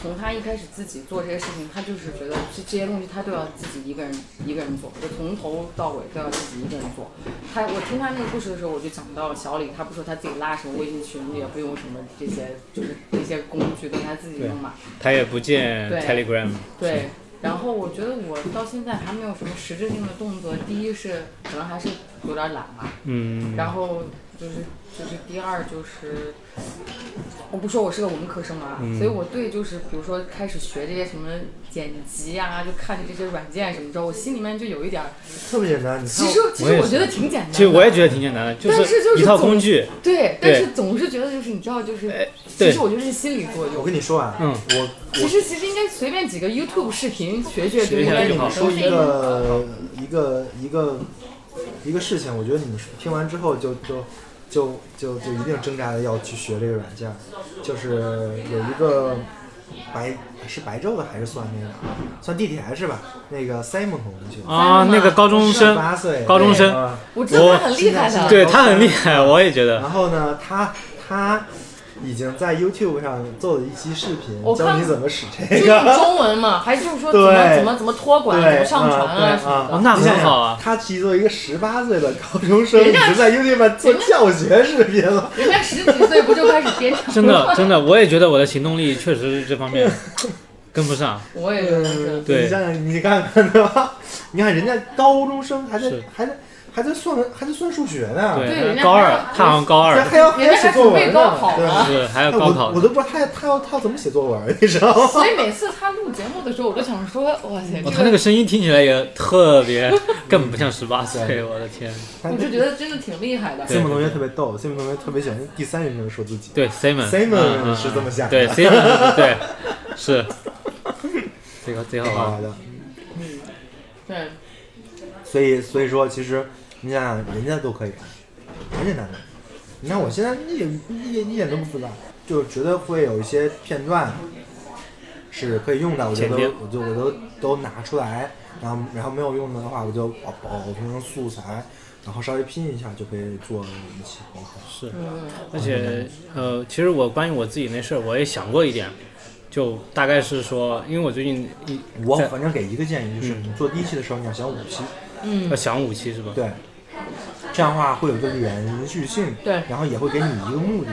S4: 从他一开始自己做这些事情，他就是觉得这这些东西他都要自己一个人一个人做，就从头到尾都要自己一个人做。他我听他那个故事的时候，我就想到小李，他不说他自己拉什么微信群，也不用什么这些，就是这些工具都是他自己弄嘛。
S3: 他也不见
S4: 对
S3: Telegram，
S4: 对，然后我觉得我到现在还没有什么实质性的动作。第一是可能还是有点懒吧，
S3: 嗯，
S4: 然后就是就是第二就是，我不说我是个文科生啊，所以我对就是比如说开始学这些什么剪辑啊，就看着这些软件什么之后，我心里面就有一点儿，
S2: 特别简单，你看
S4: 其实其实
S3: 我也
S4: 我
S3: 是
S4: 觉得挺简单的，
S3: 其实我也觉得挺简单的，就
S4: 但是就是
S3: 一套
S4: 总
S3: 工具，
S4: 对，但
S3: 对哎
S4: 是总是觉得就是你知道就是，
S3: 对
S4: 其实我觉得是心理作
S2: 我
S4: 用。
S2: 跟你说啊，
S3: 嗯
S2: 我
S4: 其实其实应该随便几个 YouTube 视频学学
S3: 学一
S4: 读
S3: 下
S2: 我跟
S4: 来
S3: 就
S2: 你
S3: 好
S2: 们说一个一个一个一个事情，我觉得你们听完之后就就就就就一定挣扎的要去学这个软件儿，就是有一个白是白昼的还是算那个啊算地铁是吧？那个 Simon 同学，
S3: 啊，那个高中
S2: 十
S3: 生，
S2: 八岁，
S3: 高中生
S2: 啊
S4: 我知道他很厉害
S2: 我
S4: 的，
S3: 对他很厉害，我也觉得
S2: 然后呢，他他已经在 YouTube 上做了一期视频，
S4: 我
S2: 教
S4: 看
S2: 你怎么使
S4: 就
S2: 这
S4: 是
S2: 个。
S4: 中文嘛，还就是说怎么
S2: 对
S4: 怎么怎么托管、怎
S2: 对，
S4: 么上传啊
S2: 啊
S4: 什
S2: 对啊
S4: 么，
S3: 哦
S4: 的。
S3: 那
S2: 你想
S3: 很
S2: 想
S3: 好啊
S2: 他其作为一个十八岁的高中生，已
S4: 人家
S2: 经在 YouTube 上做教学视频了。
S4: 人家十几岁不就开始编程？
S3: 真的真的，我也觉得我的行动力确实是这方面跟 不上，
S4: 我也觉得是。
S3: 对
S2: 你想想，你看看对吧？ 你看人家高中生还在
S3: 是
S2: 还在还在算还在算数学呢，
S4: 对人家
S3: 高二
S4: 还要，
S3: 他好像高
S2: 还
S3: 二
S2: 还要还要
S4: 人家
S2: 写
S4: 还
S2: 作
S4: 准备
S2: 文
S4: 高
S2: 呢，
S4: 考
S2: 对吧？
S4: 呢。
S3: 是还要
S2: 哎
S3: 高考
S2: 我我
S3: 呢，
S2: 都不知道他他要他要怎么写作文，你知道吗？
S4: 所以每次他录节目的时候，我都想说，哇塞，
S3: 哦，
S4: 这
S3: 他那个声音听起来也特 别，根本不像十八岁，我的天，
S2: 他
S4: 我 就觉得真的挺厉害的。
S3: 对
S2: Simon 同学特别逗，Simon 同学特别喜欢用第三人称说自己。
S3: 对 Simon
S2: Simon
S3: 嗯嗯
S2: 是这么想的
S3: 对 Simon 对是，这个贼好
S2: 好
S3: 玩，
S2: 玩的。
S4: 对，
S2: 所以所以说，其实你想想，人家都可以看，很简单的。你看我现在一点一点一点都不复杂，就觉得会有一些片段是可以用的，我就
S3: 剪
S2: 都
S3: 贴
S2: 我就我都都拿出来，然后然后没有用的话，我就保保存成素材，然后稍微拼一下就可以做一期播客。
S3: 是，而且呃，其实我关于我自己那事儿，我也想过一点，就大概是说，因为我最近一
S2: 我
S3: 在
S2: 反正给一个建议，就是你做第一期的时候，你要想五期，
S3: 要想武器是吧？
S2: 对，这样的话会有一个连续性，
S4: 对
S2: 然后也会给你一个目的，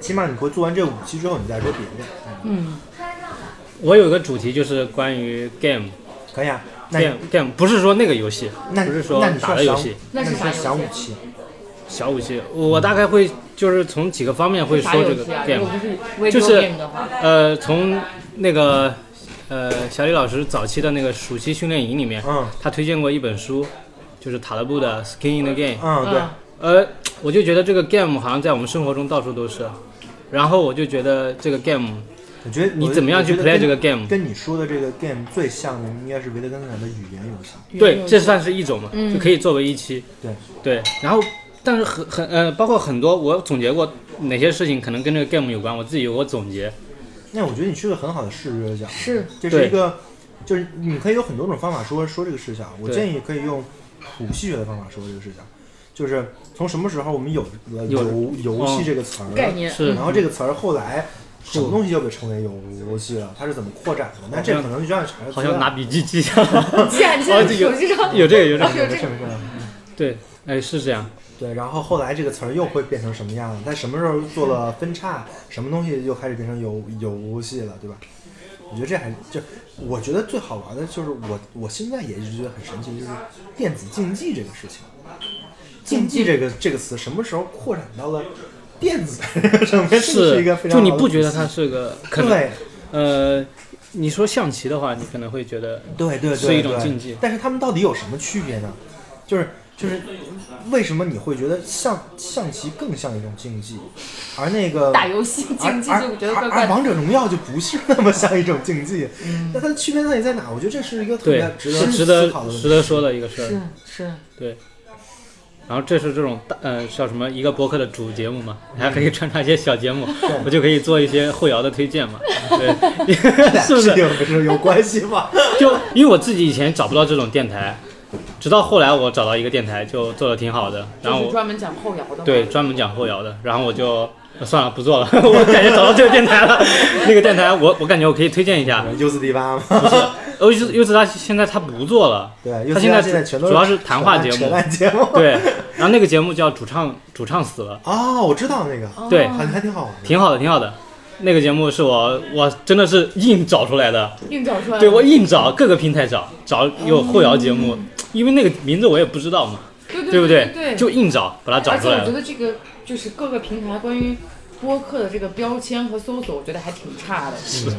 S2: 起码你会做完这五期之后，你再说别的，嗯，
S3: 我有一个主题就是关于 game
S2: 可以啊。那你
S3: game game，不是说那个游戏，
S2: 那
S3: 不是说
S2: 那你
S3: 打
S2: 说
S3: 的游
S2: 小
S3: 戏，
S2: 那
S4: 那
S2: 你
S4: 是
S2: 说
S4: 啥
S2: 小
S4: 游戏
S2: 武器，
S3: 小武器，我大概会就是从几个方面会说
S4: 啥游
S3: 这个
S4: 戏啊？如
S3: game，
S4: 果不是 video
S3: 就是
S4: game 的话，
S3: 呃，从那个呃小李老师早期的那个暑期训练营里面，
S2: 嗯
S3: 他推荐过一本书，就是塔勒布的《Skin in the Game》。
S2: 嗯，对，
S4: 嗯
S3: 呃，我就觉得这个 game 好像在我们生活中到处都是，然后我就觉得这个 game
S2: 我觉得
S3: 你
S2: 我
S3: 怎么样
S2: 我觉
S3: 去
S2: 得
S3: play
S2: 跟
S3: 这个 game
S2: 跟你说的这个 game 最像的应该是维特根斯坦的语言游戏，
S3: 对，这算是一种嘛，就可以作为一期。
S2: 对
S3: 对，然后但是很很呃，包括很多我总结过哪些事情可能跟这个 game 有关，我自己有过总结。
S2: 那我觉得你是个很好的视觉角，
S4: 是
S2: 这
S3: 对
S2: 啊是一个，就是你可以有很多种方法说说这个视角。我
S3: 对
S2: 建议可以用谱系学的方法说这个视角，就是从什么时候我们有了
S3: 有
S2: 游游戏
S3: 嗯
S2: 这个词儿，
S4: 概念
S3: 是
S2: 然后这个词儿后来什么东西又被称为游游戏了？它是怎么扩展的？那这
S3: 好像
S2: 可能就让查查资
S3: 好像
S2: 料。
S3: 拿笔记记下
S2: 啊
S3: 来。
S4: 既然
S3: 哦
S4: 现在
S3: 这有
S4: 手机上
S3: 有这个有这
S4: 哦
S3: 个，
S4: 有
S2: 没
S4: 这
S2: 事
S4: 个，
S2: 没事。
S3: 对，哎是这样，
S2: 对，然后后来这个词儿又会变成什么样？它什么时候做了分叉？什么东西又开始变成游游戏了，对吧？我觉得这还就，我觉得最好玩的就是我，我现在也是觉得很神奇，就是电子竞技这个事情。竞技这个这个词什么时候扩展到了垫子在这个上面， 这个是一个非常
S3: 就你
S2: 好的
S3: 不觉得
S2: 东
S3: 它
S2: 西
S3: 是个可能
S2: 对
S3: 呃，你说象棋的话，你可能会觉得
S2: 对对对
S3: 是一种
S2: 对
S3: 竞技
S2: 但是他们到底有什么区别呢？就是就是为什么你会觉得象象棋更像一种竞技，而那个
S4: 打游戏
S2: 而
S4: 竞技
S2: 而
S4: 就我觉得
S2: 而
S4: 怪
S2: 而
S4: 怪的。
S2: 王者荣耀就不是那么像一种竞技，
S4: 嗯
S2: 那它的区别到底在哪？我觉得这是一个特
S3: 对
S2: 别，值
S3: 是
S2: 得
S3: 值
S2: 思
S3: 得
S2: 考的问
S3: 值
S2: 题。
S3: 得说的一个事儿
S4: 是。是，
S3: 对。然后这是这种大呃叫什么一个博客的主节目嘛，你还可以穿插一些小节目，我就可以做一些后摇的推荐 嘛，对， 是不
S2: 这
S3: 是？
S2: 有不是有关系吗？
S3: 就因为我自己以前找不到这种电台，直到后来我找到一个电台，就做的挺好的，然后
S4: 就是
S3: 我
S4: 专门讲后摇的嘛。
S3: 对专门讲后摇的，然后我就。呃算了，不做了。我感觉找到这个电台了，那个电台我我感觉我可以推荐一下。
S2: 优四 D 八吗？
S3: 呃，优优子他现在他不做了，
S2: 对，优四 D
S3: 他现
S2: 八
S3: 在
S2: 现在全都
S3: 主要是
S2: 是
S3: 谈话节目
S2: 扯淡节目。
S3: 对，然后那个节目叫主唱主唱死了，
S2: 哦，我知道那个，
S3: 对，
S2: 还还挺好玩的。
S3: 挺好的，挺好的。那个节目是我我真的是硬找出来的，
S4: 硬找出来。
S3: 对我硬找各个平台找找
S4: 哦
S3: 有后摇节目，因为那个名字我也不知道嘛，
S4: 对嗯对
S3: 对不
S4: 对对，
S3: 就硬找把它找
S4: 而且
S3: 出
S4: 我
S3: 来
S4: 觉
S3: 了。
S4: 得这个就是各个平台关于播客的这个标签和搜索，我觉得还挺差的。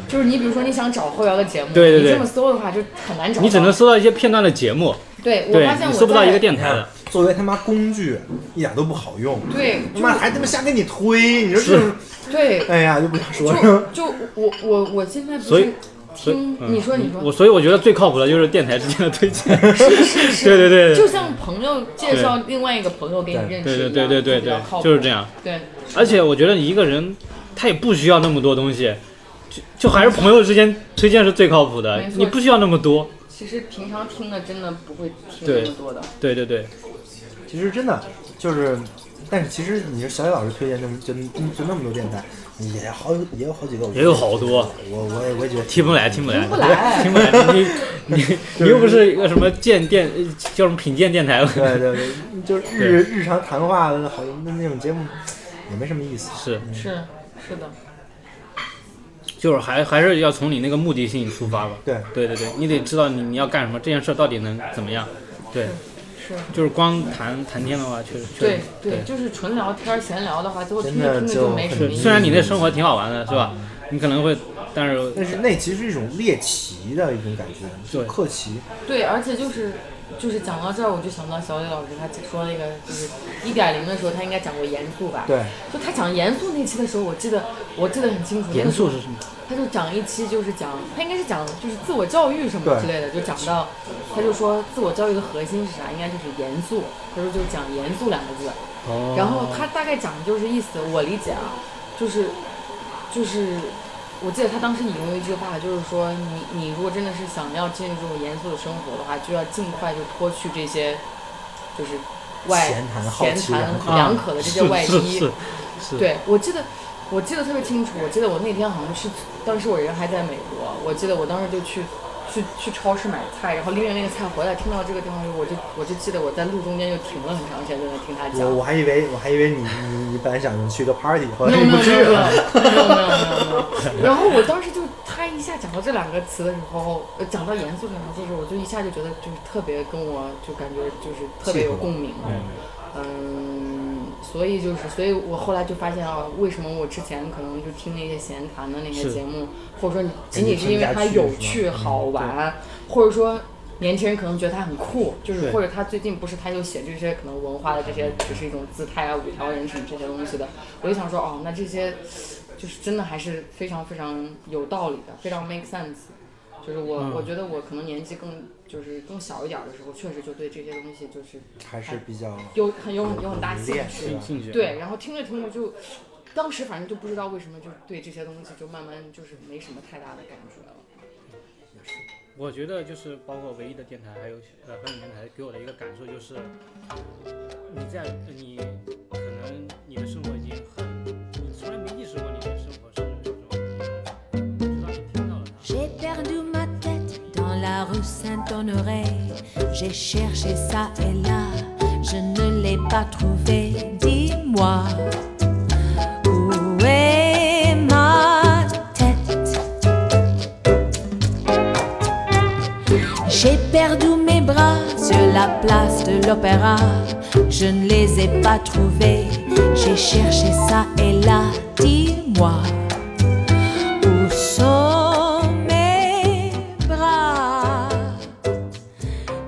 S4: 就是你比如说你想找后摇的节目，
S3: 对对对
S4: 你这么搜的话就很难找到。
S3: 你只能搜到一些片段的节目，
S4: 对我
S3: 对
S4: 发现
S3: 你
S4: 我
S3: 搜不到
S4: 在
S3: 一个。电台的。
S2: 作为他妈工具，一点都不好用。
S4: 对，
S2: 他妈还他妈瞎给你推，你说这种，
S4: 对，
S2: 哎呀，就不想说
S4: 就
S2: 了。
S4: 就我我我现在不
S3: 所以
S4: 是
S3: 所以
S4: 听
S3: 嗯
S4: 你说你说
S3: 我，所以我觉得最靠谱的就是电台之间的推荐。 对对对
S4: 就
S3: 对
S4: 像朋友介绍另外一个朋友给你认识一
S3: 对
S4: 样，
S3: 对对对
S4: 比较
S3: 对
S4: 靠，谱
S3: 就是这。样。
S4: 对，
S3: 而且我觉得你一个人他也不需要那么多东西，就就还是朋友之间推荐是最靠谱的
S4: 没，错
S3: 你不需要那么多。
S4: 其实平常听的真的不会听
S3: 对
S4: 那么多的。
S3: 对对对。
S2: 其实真的就是，但是其实你说小野老师推荐那么就嗯就那么多电台，也好也有好几个，
S3: 也有好多，
S2: 我我也我也觉得
S3: 听不来，听不来，
S4: 听不 来
S3: 听不来。你 你你又不是一个什么鉴电，呃叫什么品鉴电台吗？
S2: 对对对，就是日日常谈话的好那那种节目也没什么意思。
S3: 是，
S4: 是是的，
S3: 就是还还是要从你那个目的性出发吧。
S2: 对
S3: 对对对，你得知道你你要干什么，这件事儿到底能怎么样。对，
S4: 是。
S3: 就是光谈谈天的话，确实确
S4: 对
S3: 实
S4: 对，就是纯聊天儿闲聊的话，最后听
S2: 真的
S4: 着听着
S2: 就
S4: 就没什么
S2: 很
S3: 是。
S4: 意
S3: 虽
S4: 思。
S3: 然你那生活挺好玩的，是吧？
S4: 嗯
S3: 你可能会，但是
S2: 但是那其实是一种猎奇的一种感觉，就
S3: 对
S2: 客奇。
S4: 对，而且就是就是讲到这儿，我就想到小李老师他说那个就是一点零的时候，他应该讲过严肃吧？，
S2: 对，
S4: 就他讲严肃那期的时候，我记得我记得很清楚。
S3: 严肃是什么？
S4: 他就讲一期，就是讲他应该是讲就是自我教育什么
S2: 对
S4: 之类的，就讲到，他就说自我教育的核心是啥？应该就是严肃，他说就讲严肃两个字。
S3: 哦
S4: 然后他大概讲的就是意思，我理解啊，就是就是，我记得他当时引用一句话，就是说你你如果真的是想要进入这种严肃的生活的话，就要尽快就脱去这些，就是外
S2: 闲谈好
S4: 闲
S2: 奇
S4: 谈
S2: 良
S3: 啊
S4: 两可的这些外衣。
S3: 是是是是
S4: 对，我记得，我记得特别清楚。我记得我那天好像是，当时我人还在美国，我记得我当时就去去去超市买菜，然后拎着那个菜回来，听到这个地方，我就我就记得我在路中间就停了很长时间，在那听他讲。
S2: 我我还以为我还以为你你你本来想去个 party，后
S4: 没
S2: 来
S4: 有
S2: 你
S4: 没
S2: 不
S4: 有没有没
S2: 去
S4: 有没有
S2: 了。
S4: 没有没有没有。然后我当时就他一下讲到这两个词的时候，呃讲到严肃这两个字的时候，我就一下就觉得就是特别跟我就感觉就是特别有共鸣。嗯，所以就是，所以我后来就发现啊，为什么我之前可能就听那些闲谈的那些
S3: 是
S4: 节目，或者说你仅仅是因为它有
S3: 嗯
S4: 趣好玩，或者说。年轻人可能觉得他很酷，就是
S3: 对
S4: 或者他最近不是他就写这些可能文化的这些，只是一种姿态啊、五条人什么这些东西的，我就想说哦，那这些就是真的还是非常非常有道理的，非常 make sense。就是我、
S3: 嗯
S4: 我觉得我可能年纪更就是更小一点儿的时候，确实就对这些东西就是
S2: 还是比较
S4: 有很有很有很大兴
S2: 练
S4: 趣。
S2: 是吧？
S3: 兴趣
S4: 对，然后听着听着就，当时反正就不知道为什么，就对这些东西就慢慢就是没什么太大的感觉了。
S3: 我觉得就是包括唯一的电台，还有呃管理电台给我的一个感受就是，你在你可能你的生活已经很，你从来没意识过你的生活是有什么，直到你听到了它。
S1: J'ai perdu ma tête dans la rue Saint-Honoré. J'ai cherché ça et là, je ne l'ai pas trouvé. Dis-moi, où est ma tête J'ai perdu mes bras sur la place de l'opéra. Je ne les ai pas trouvés. J'ai cherché ça et est là, dis-moi. Où sont mes bras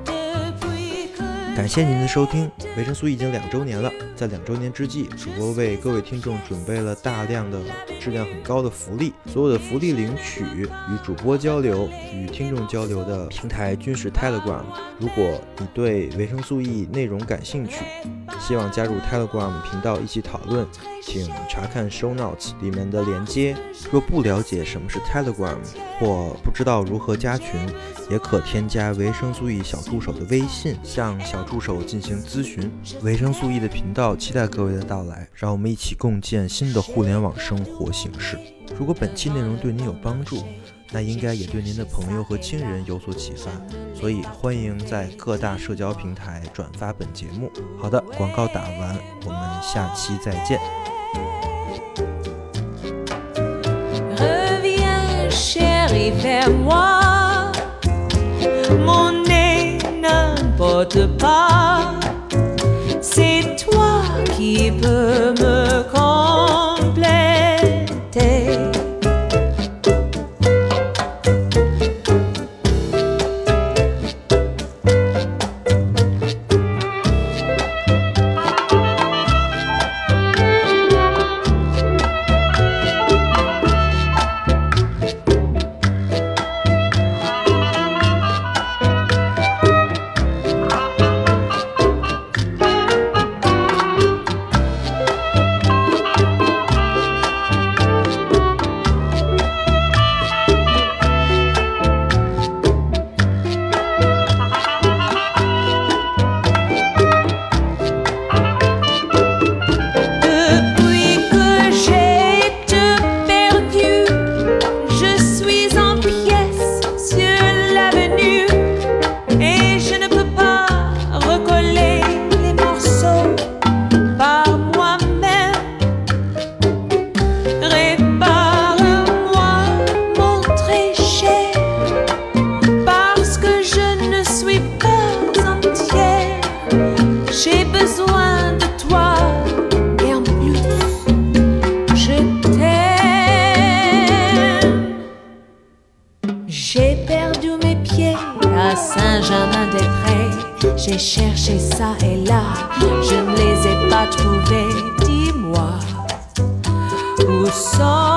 S1: depuis que
S2: 感谢您的收听，维生素已经两周年了。在两周年之际，主播为各位听众准备了大量的质量很高的福利，所有的福利领取与主播交流、与听众交流的平台均是 Telegram。如果你对维生素 E 内容感兴趣，希望加入 Telegram 频道一起讨论，请查看 Show Notes 里面的连接。若不了解什么是 Telegram 或不知道如何加群，也可添加维生素 E 小助手的微信，向小助手进行咨询。维生素 E 的频道期待各位的到来，让我们一起共建新的互联网生活形式。如果本期内容对您有帮助，那应该也对您的朋友和亲人有所启发，所以欢迎在各大社交平台转发本节目。好的，广告打完，我们下期再见。
S1: Reviens, chérie, vers-moi. Mon nez n'importe pas. C'est toi qui peux me compléter. Depuis que j'ai te perdu, je suis en pièces sur l'avenue et je ne peux pas recoller les morceaux par moi-même. Répare-moi, mon très cher, parce que je ne suis pas entière. J'ai besoin de toi et en plus, je t'aime. J'ai perdu mes pieds à Saint-Germain-des-Prés. J'ai cherché ça et là, je ne les ai pas trouvés. Dis-moi, où sont Ah.